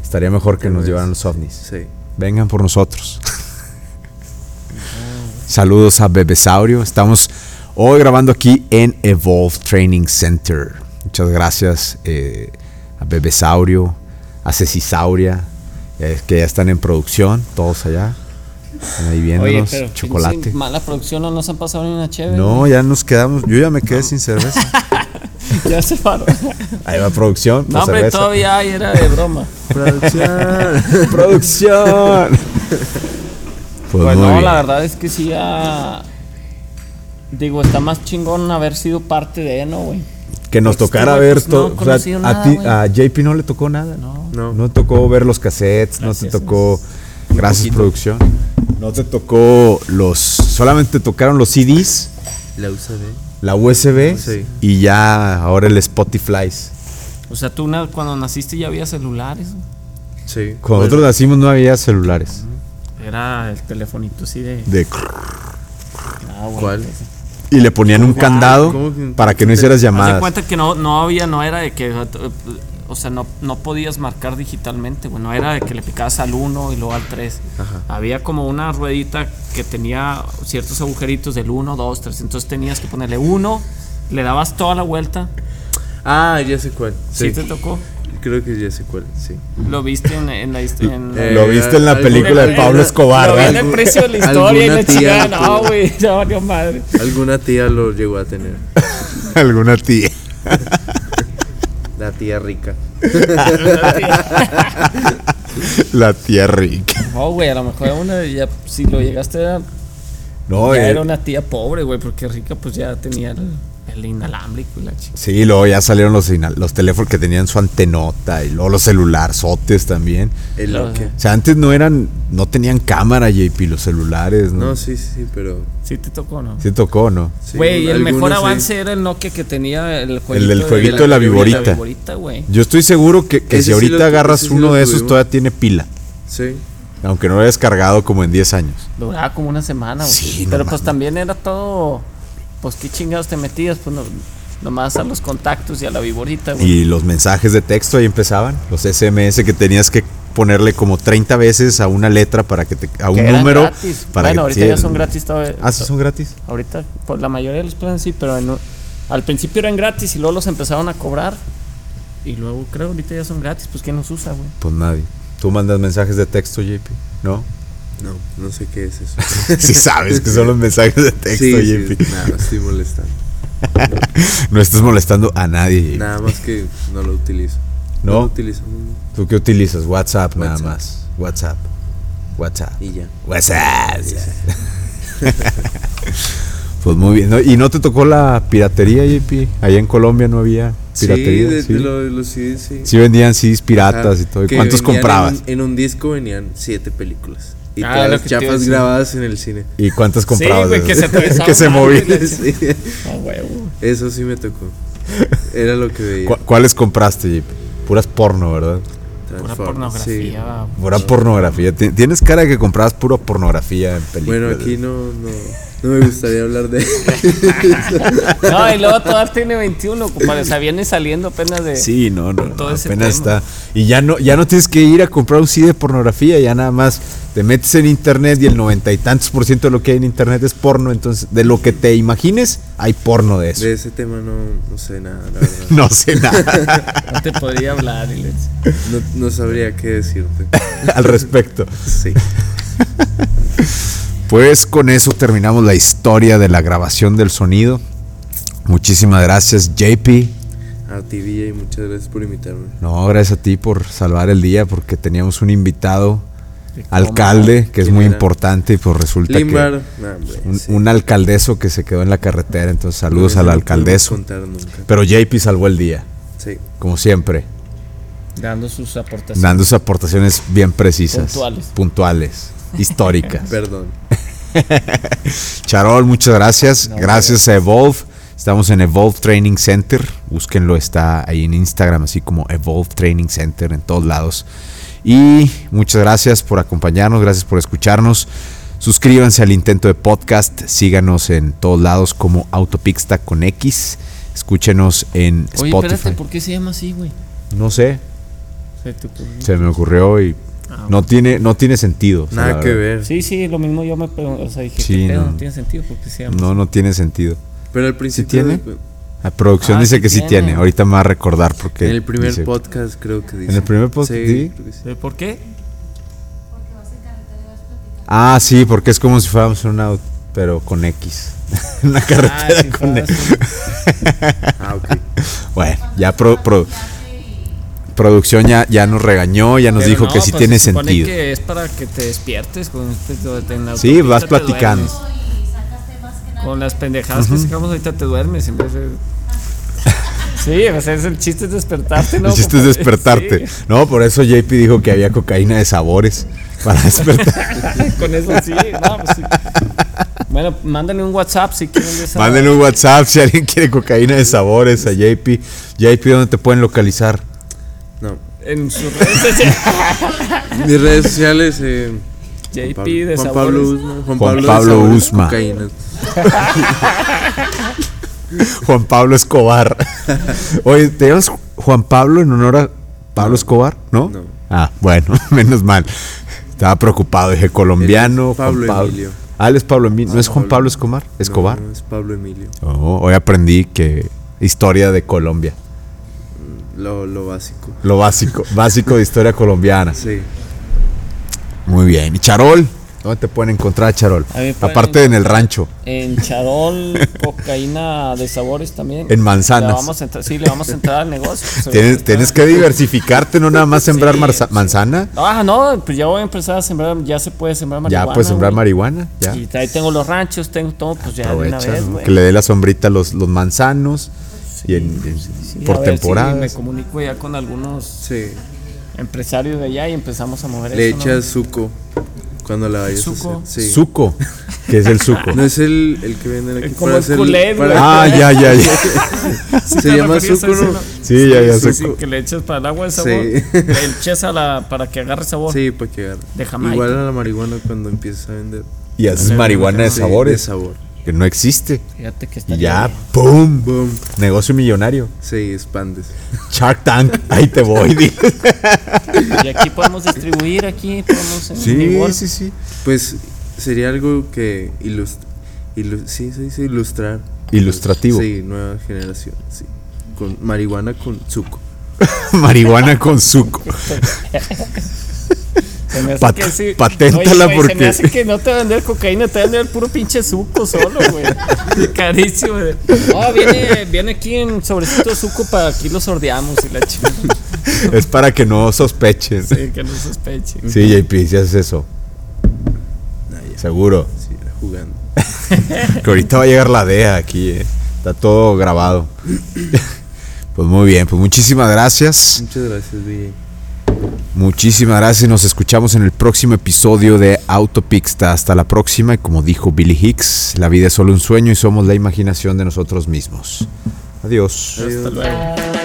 Speaker 1: Estaría mejor que
Speaker 3: Tal
Speaker 1: nos
Speaker 3: vez.
Speaker 1: llevaran los ovnis.
Speaker 3: Sí.
Speaker 1: Vengan por nosotros. Saludos a Bebesaurio. Estamos hoy grabando aquí en Evolve Training Center. Muchas gracias eh, a Bebesaurio, a Cecisauria, eh, que ya están en producción, todos allá. Están ahí viéndonos. Chocolate.
Speaker 4: pinche Mala producción, no nos han pasado ni una chévere.
Speaker 1: No, ya nos quedamos. Yo ya me quedé sin cerveza.
Speaker 4: Ya se paró.
Speaker 1: Ahí va producción.
Speaker 4: no,
Speaker 1: pues,
Speaker 4: hombre,
Speaker 1: cerveza. Pues
Speaker 4: todavía hay, era de broma.
Speaker 3: Producción.
Speaker 1: producción. Pues
Speaker 4: Pues
Speaker 1: muy
Speaker 4: no,
Speaker 1: bien.
Speaker 4: la verdad es que sí ya. Digo, está más chingón haber sido parte de, ¿no, güey?
Speaker 1: Que nos
Speaker 4: Este
Speaker 1: tocara
Speaker 4: güey,
Speaker 1: ver
Speaker 4: pues,
Speaker 1: todo.
Speaker 4: no ha conocido
Speaker 1: a,
Speaker 4: nada,
Speaker 1: ti-
Speaker 4: güey.
Speaker 1: a JP no le tocó nada, ¿no?
Speaker 3: No.
Speaker 1: No tocó ver los cassettes, no
Speaker 4: Gracias.
Speaker 1: te tocó. Gracias, producción. No te tocó los. Solamente tocaron los CDs,
Speaker 3: La usaré.
Speaker 1: la
Speaker 4: Ah,
Speaker 1: USB
Speaker 3: Sí.
Speaker 1: y ya ahora el Spotify.
Speaker 4: O sea, tú na- cuando naciste ya había celulares. güey.
Speaker 3: Sí.
Speaker 4: Pues,
Speaker 3: Pues,
Speaker 1: Cuando nosotros nacimos no había celulares.
Speaker 4: Era el telefonito así de.
Speaker 1: De-
Speaker 4: Ah, güey.
Speaker 3: ¿Cuál?
Speaker 1: y le ponían un candado
Speaker 3: ¿Cómo que-
Speaker 1: para que no hicieras
Speaker 4: Haz de
Speaker 1: llamadas.
Speaker 4: cuenta que no, no había, no era de que. O sea, no, no podías marcar digitalmente, güey. No era de que le picabas al 1 y luego al 3.
Speaker 3: Ajá.
Speaker 4: Había como una ruedita que tenía ciertos agujeritos del 1, 2, 3. Entonces tenías que ponerle 1, le dabas toda la vuelta.
Speaker 3: Ah, ya sé cuál.
Speaker 4: Sí,
Speaker 3: Sí.
Speaker 4: te tocó.
Speaker 3: Creo que ya sé cuál. Sí.
Speaker 4: Lo viste en, en la historia.
Speaker 3: Eh,
Speaker 1: Lo viste en la
Speaker 3: alguna-
Speaker 1: película de
Speaker 3: alguna-
Speaker 1: Pablo Escobar,
Speaker 4: Lo vi en
Speaker 1: ¿verdad?
Speaker 4: el precio de la historia y
Speaker 3: Alguna
Speaker 4: la chingada.
Speaker 3: tía-
Speaker 4: No, güey, ya valió madre.
Speaker 3: Alguna tía lo llegó a tener.
Speaker 1: Alguna tía.
Speaker 3: La tía rica.
Speaker 1: La tía rica.
Speaker 4: No, güey, a lo mejor una de- ya, si lo llegaste a.
Speaker 1: No,
Speaker 4: ya
Speaker 1: eh,
Speaker 4: era una tía pobre, güey, porque rica, pues ya tenía el, el inalámbrico y la chica.
Speaker 1: Sí, luego ya salieron los, ina- los teléfonos que tenían su antenota y luego los celularzotes también.
Speaker 3: El
Speaker 4: Claro.
Speaker 3: Nokia.
Speaker 1: O sea, antes no eran, no tenían cámara, JP, los celulares, ¿no?
Speaker 3: No, sí, sí, sí, pero.
Speaker 4: Sí, te tocó, ¿no?
Speaker 1: Sí tocó, ¿no?
Speaker 3: sí,
Speaker 4: Güey, el
Speaker 3: algunos
Speaker 4: mejor
Speaker 3: sí.
Speaker 4: avance era el Nokia que tenía el jueguito.
Speaker 1: del jueguito
Speaker 3: de la
Speaker 1: viborita.
Speaker 4: De la viborita, güey.
Speaker 1: Yo estoy seguro que, que
Speaker 3: Ese
Speaker 1: si
Speaker 3: sí
Speaker 1: ahorita
Speaker 3: lo-
Speaker 1: agarras
Speaker 3: ese sí
Speaker 1: uno
Speaker 3: lo
Speaker 1: de esos
Speaker 3: tuvimos.
Speaker 1: todavía tiene pila,
Speaker 3: Sí.
Speaker 1: aunque no lo hayas cargado como en 10 años.
Speaker 4: Duraba como una semana, güey.
Speaker 1: Sí, no
Speaker 4: Pero pues
Speaker 1: mames.
Speaker 4: también era todo. Pues qué chingados te metías, pues no- nomás a los contactos y a la viborita, güey.
Speaker 1: Y los mensajes de texto ahí empezaban, los SMS que tenías que ponerle como 30 veces a una letra para que te, a un
Speaker 4: Que eran
Speaker 1: número
Speaker 4: gratis.
Speaker 1: para
Speaker 4: bueno,
Speaker 1: que-
Speaker 4: ahorita
Speaker 1: sí,
Speaker 4: ya son gratis todo.
Speaker 1: Ah, sí son gratis.
Speaker 4: Ahorita, por la mayoría de los planes sí, pero en un- al principio eran gratis y luego los empezaron a cobrar. Y luego creo ahorita ya son gratis, pues ¿quién los usa, güey?
Speaker 1: Pues nadie. Tú mandas mensajes de texto, JP, ¿no?
Speaker 3: No, no sé qué es eso.
Speaker 1: Si sabes que son los mensajes de texto,
Speaker 3: sí,
Speaker 1: JP.
Speaker 3: sí, nada, estoy molestando.
Speaker 1: No estás molestando a nadie, JP.
Speaker 3: Nada más que no lo utilizo.
Speaker 1: ¿No?
Speaker 3: lo utilizo no.
Speaker 1: ¿Tú qué utilizas? WhatsApp, nada
Speaker 3: WhatsApp.
Speaker 1: más. WhatsApp. WhatsApp.
Speaker 3: y ya.
Speaker 1: WhatsApp. pues muy bien. ¿no? ¿Y no te tocó la piratería, JP? Allá en Colombia no había piratería.
Speaker 3: sí, de,
Speaker 1: Sí,
Speaker 3: de lo de los CDs, sí.
Speaker 1: Sí vendían CDs piratas
Speaker 3: Ajá,
Speaker 1: y todo. ¿Y
Speaker 3: que
Speaker 1: ¿Cuántos
Speaker 3: venían
Speaker 1: comprabas?
Speaker 3: En, en un disco venían siete películas. Y
Speaker 4: Ah,
Speaker 3: todas
Speaker 4: lo
Speaker 3: las
Speaker 4: que te iba a
Speaker 3: chapas
Speaker 4: decir.
Speaker 3: grabadas en el cine.
Speaker 1: ¿Y cuántos comprabas?
Speaker 4: güey,
Speaker 1: de
Speaker 4: que
Speaker 1: esos?
Speaker 4: se atravesaba
Speaker 1: Que se
Speaker 4: una
Speaker 1: movían.
Speaker 4: árbol.
Speaker 3: Sí,
Speaker 4: Ah,
Speaker 1: uh.
Speaker 4: huevo.
Speaker 3: Eso sí me tocó. Era lo que veía.
Speaker 1: ¿Cu- ¿Cuáles compraste, JP? Puras porno, ¿verdad?
Speaker 4: Pura
Speaker 3: Transformers, sí.
Speaker 4: pornografía.
Speaker 1: Pura pornografía. Ti- Tienes cara de que comprabas pura pornografía en películas.
Speaker 3: Bueno, aquí no, no, no me gustaría hablar de.
Speaker 4: No, y luego todavía tiene 21, compadre. O sea, viene saliendo apenas de.
Speaker 1: Sí, no, no,
Speaker 4: Todo
Speaker 1: no,
Speaker 4: ese
Speaker 1: apenas
Speaker 4: tema.
Speaker 1: está. Y ya no, ya no tienes que ir a comprar un CD de pornografía, ya nada más te metes en internet y el noventa y tantos por ciento de lo que hay en internet es porno, entonces de lo que te imagines hay porno de eso.
Speaker 3: De ese tema no, no sé nada, la verdad.
Speaker 1: No sé nada
Speaker 4: No te podría hablar, y les-
Speaker 3: No, no sabría qué decirte.
Speaker 1: al respecto.
Speaker 3: Sí.
Speaker 1: Pues con eso terminamos la historia de la grabación del sonido. Muchísimas gracias, JP.
Speaker 3: A ti, y muchas gracias por invitarme.
Speaker 1: No, gracias a ti por salvar el día porque teníamos un invitado alcalde que es
Speaker 3: ¿Quién
Speaker 1: muy
Speaker 3: era?
Speaker 1: importante y pues resulta que
Speaker 3: Limbar, nah, hombre,
Speaker 1: un,
Speaker 3: sí.
Speaker 1: un alcaldeso que se quedó en la carretera, entonces saludos
Speaker 3: Eso
Speaker 1: al
Speaker 3: no
Speaker 1: alcaldeso.
Speaker 3: podemos contar nunca.
Speaker 1: Pero JP salvó el día,
Speaker 3: Sí.
Speaker 1: como siempre,
Speaker 4: Dando sus aportaciones.
Speaker 1: dando sus aportaciones bien precisas,
Speaker 4: Puntuales.
Speaker 1: puntuales, históricas.
Speaker 3: Perdón.
Speaker 1: Charol, muchas gracias.
Speaker 4: No,
Speaker 1: gracias a Evolve. Estamos en Evolve Training Center. Búsquenlo, está ahí en Instagram, así como Evolve Training Center en todos lados. Y muchas gracias por acompañarnos, gracias por escucharnos. Suscríbanse al intento de podcast, síganos en todos lados como Autopixta con X. Escúchenos en
Speaker 4: Oye,
Speaker 1: Spotify.
Speaker 4: espérate, ¿por qué se llama así, güey?
Speaker 1: No sé,
Speaker 4: Se te ocurrió.
Speaker 1: Se me ocurrió y
Speaker 4: Ah,
Speaker 1: no tiene, no tiene sentido. o sea, la
Speaker 3: Nada que
Speaker 1: verdad.
Speaker 3: ver.
Speaker 4: Sí, sí, lo mismo yo me pregunto. O sea, dije,
Speaker 1: Sí,
Speaker 4: ¿qué pedo?
Speaker 1: no.
Speaker 4: No. tiene sentido porque se llama.
Speaker 1: No, no tiene sentido.
Speaker 3: Pero al principio.
Speaker 1: tiene?
Speaker 3: de-
Speaker 1: La producción
Speaker 4: Ah,
Speaker 1: dice
Speaker 4: sí
Speaker 1: que sí
Speaker 4: tiene.
Speaker 1: tiene. Ahorita me va a recordar porque.
Speaker 3: en el primer
Speaker 1: dice-
Speaker 3: podcast creo que dice.
Speaker 1: el primer podcast, sí.
Speaker 3: creo que sí.
Speaker 4: ¿Pero ¿Por qué?
Speaker 5: Porque vas en carretera y vas platicando.
Speaker 1: Ah, sí, porque es como si fuéramos un auto, pero con X. Una
Speaker 4: Ah,
Speaker 1: carretera
Speaker 4: si
Speaker 1: con
Speaker 4: fueras
Speaker 1: X.
Speaker 3: Ah, ok.
Speaker 1: bueno, ya pro- pro-
Speaker 5: Maquillaje y-
Speaker 1: producción ya, ya nos regañó, ya nos
Speaker 4: Pero
Speaker 1: dijo
Speaker 4: no,
Speaker 1: que sí
Speaker 4: pues,
Speaker 1: tiene
Speaker 4: se supone
Speaker 1: sentido.
Speaker 4: que es para que te despiertes con este,
Speaker 1: Sí, vas platicando.
Speaker 5: y sacas temas que nadie-
Speaker 4: Con las pendejadas que sacamos ahorita te duermes en vez de. Sí, o sea, es el chiste es despertarte, ¿no? pues,
Speaker 1: El chiste es
Speaker 4: compadre?
Speaker 1: despertarte. No, por eso JP dijo que había cocaína de sabores para despertar.
Speaker 4: Sí, con eso sí, no, pues sí. Bueno, mándenle un WhatsApp si quieren de esa-
Speaker 1: Mándenle un WhatsApp si alguien quiere cocaína de sabores a JP. JP, ¿dónde te pueden localizar?
Speaker 3: No.
Speaker 4: En sus redes sociales.
Speaker 3: Mis redes sociales. Eh,
Speaker 4: JP
Speaker 3: Pablo-
Speaker 4: de sabores.
Speaker 3: Juan Pablo Usma. Juan
Speaker 1: Juan
Speaker 3: Pablo, de
Speaker 1: Pablo
Speaker 3: sabores,
Speaker 1: Usma.
Speaker 3: cocaína.
Speaker 1: Juan Pablo Escobar. Oye, ¿te llamas Juan Pablo en honor a Pablo Escobar? ¿No?
Speaker 3: No.
Speaker 1: Ah, bueno, menos mal. Estaba preocupado, dije colombiano.
Speaker 3: Él es Pablo
Speaker 1: Juan
Speaker 3: Emilio.
Speaker 1: Ah, él es Pablo Emilio. ¿No es Juan
Speaker 3: Pablo.
Speaker 1: Pablo Escobar? ¿Escobar?
Speaker 3: No, es Pablo Emilio.
Speaker 1: Oh, hoy aprendí que historia de Colombia.
Speaker 3: Lo, lo básico.
Speaker 1: Lo básico, básico de historia colombiana.
Speaker 3: Sí.
Speaker 1: Muy bien. ¿Y Charol? ¿Dónde te pueden encontrar, Charol?
Speaker 4: A mí pueden
Speaker 1: Aparte de en el rancho.
Speaker 4: En charol, cocaína de sabores también.
Speaker 1: En manzanas.
Speaker 4: Le vamos a entrar- sí, le vamos a entrar al negocio. pues,
Speaker 1: Tienes,
Speaker 4: ahorita
Speaker 1: tienes que diversificarte, no nada más sembrar
Speaker 4: Sí,
Speaker 1: marza-
Speaker 4: sí.
Speaker 1: manzana.
Speaker 4: está- Ah, no, pues ya voy a empezar a sembrar, ya se puede sembrar marihuana.
Speaker 1: Ya puedes sembrar
Speaker 4: güey.
Speaker 1: marihuana. Ya.
Speaker 4: Y ahí tengo los ranchos, tengo todo, pues ya de
Speaker 1: Aprovecha,
Speaker 4: una vez,
Speaker 1: ¿no?
Speaker 4: güey.
Speaker 1: que le dé la sombrita a los, los manzanos y en- en-
Speaker 4: Y a
Speaker 1: por
Speaker 4: ver si
Speaker 1: temporada.
Speaker 4: me comunico ya con algunos
Speaker 3: Sí.
Speaker 4: empresarios de allá y empezamos a mover
Speaker 3: Le
Speaker 4: eso, ¿no?
Speaker 3: echas suco cuando la vayas
Speaker 4: ¿Suco?
Speaker 3: a hacer. Sí.
Speaker 1: Suco, que es el suco.
Speaker 3: No es el, el que venden aquí
Speaker 4: como el
Speaker 3: hacer-
Speaker 4: Kool-Aid,
Speaker 3: para-
Speaker 4: güey.
Speaker 1: ah, ya, ya, ya.
Speaker 3: Se llama
Speaker 4: referías a
Speaker 3: suco,
Speaker 4: ese,
Speaker 3: ¿no?
Speaker 4: no?
Speaker 1: Sí, ya, ya.
Speaker 3: Sí,
Speaker 1: suco.
Speaker 4: Que le echas para el agua de
Speaker 3: Sí.
Speaker 4: sabor. Le echas a la, para que agarre sabor.
Speaker 3: Sí, para que agarre.
Speaker 4: De Jamaica.
Speaker 3: Igual a la marihuana cuando empiezas a vender.
Speaker 1: Y haces marihuana de
Speaker 3: Sí, De
Speaker 1: sabores,
Speaker 3: sabor.
Speaker 1: que no existe.
Speaker 4: Fíjate que está
Speaker 1: Y ya, ¡pum!
Speaker 3: Boom.
Speaker 1: Negocio millonario.
Speaker 3: Sí, expandes.
Speaker 1: Shark Tank, ahí te voy. dije.
Speaker 4: Y aquí podemos distribuir, aquí podemos. en
Speaker 1: sí,
Speaker 4: Unibol.
Speaker 1: sí, sí.
Speaker 3: Pues sería algo que ilustra. sí, sí, sí, ilustrar.
Speaker 1: Ilustrativo.
Speaker 3: Sí, nueva generación. Sí. Con marihuana con suco.
Speaker 1: Marihuana con suco.
Speaker 4: Se me hace
Speaker 1: Pat-
Speaker 4: que sí.
Speaker 1: paténtala
Speaker 4: güey, Se
Speaker 1: porque-
Speaker 4: me hace que no te va a vender cocaína, te va a vender puro pinche suco solo, güey. Carísimo, güey. No, viene, viene aquí en sobrecito de suco para aquí lo sordeamos y la chica.
Speaker 1: Es para que no sospechen. Sí,
Speaker 4: que no sospeche.
Speaker 1: JP, si haces eso. Seguro.
Speaker 3: Sí, era jugando.
Speaker 1: Que ahorita va a llegar la DEA aquí, eh. está todo grabado. Pues muy bien, pues muchísimas gracias.
Speaker 3: Muchas gracias, DJ.
Speaker 1: Muchísimas gracias. Nos escuchamos en el próximo episodio de Autopixta. Hasta la próxima. Y como dijo Billy Hicks, la vida es solo un sueño y somos la imaginación de nosotros mismos. Adiós.
Speaker 4: Hasta luego.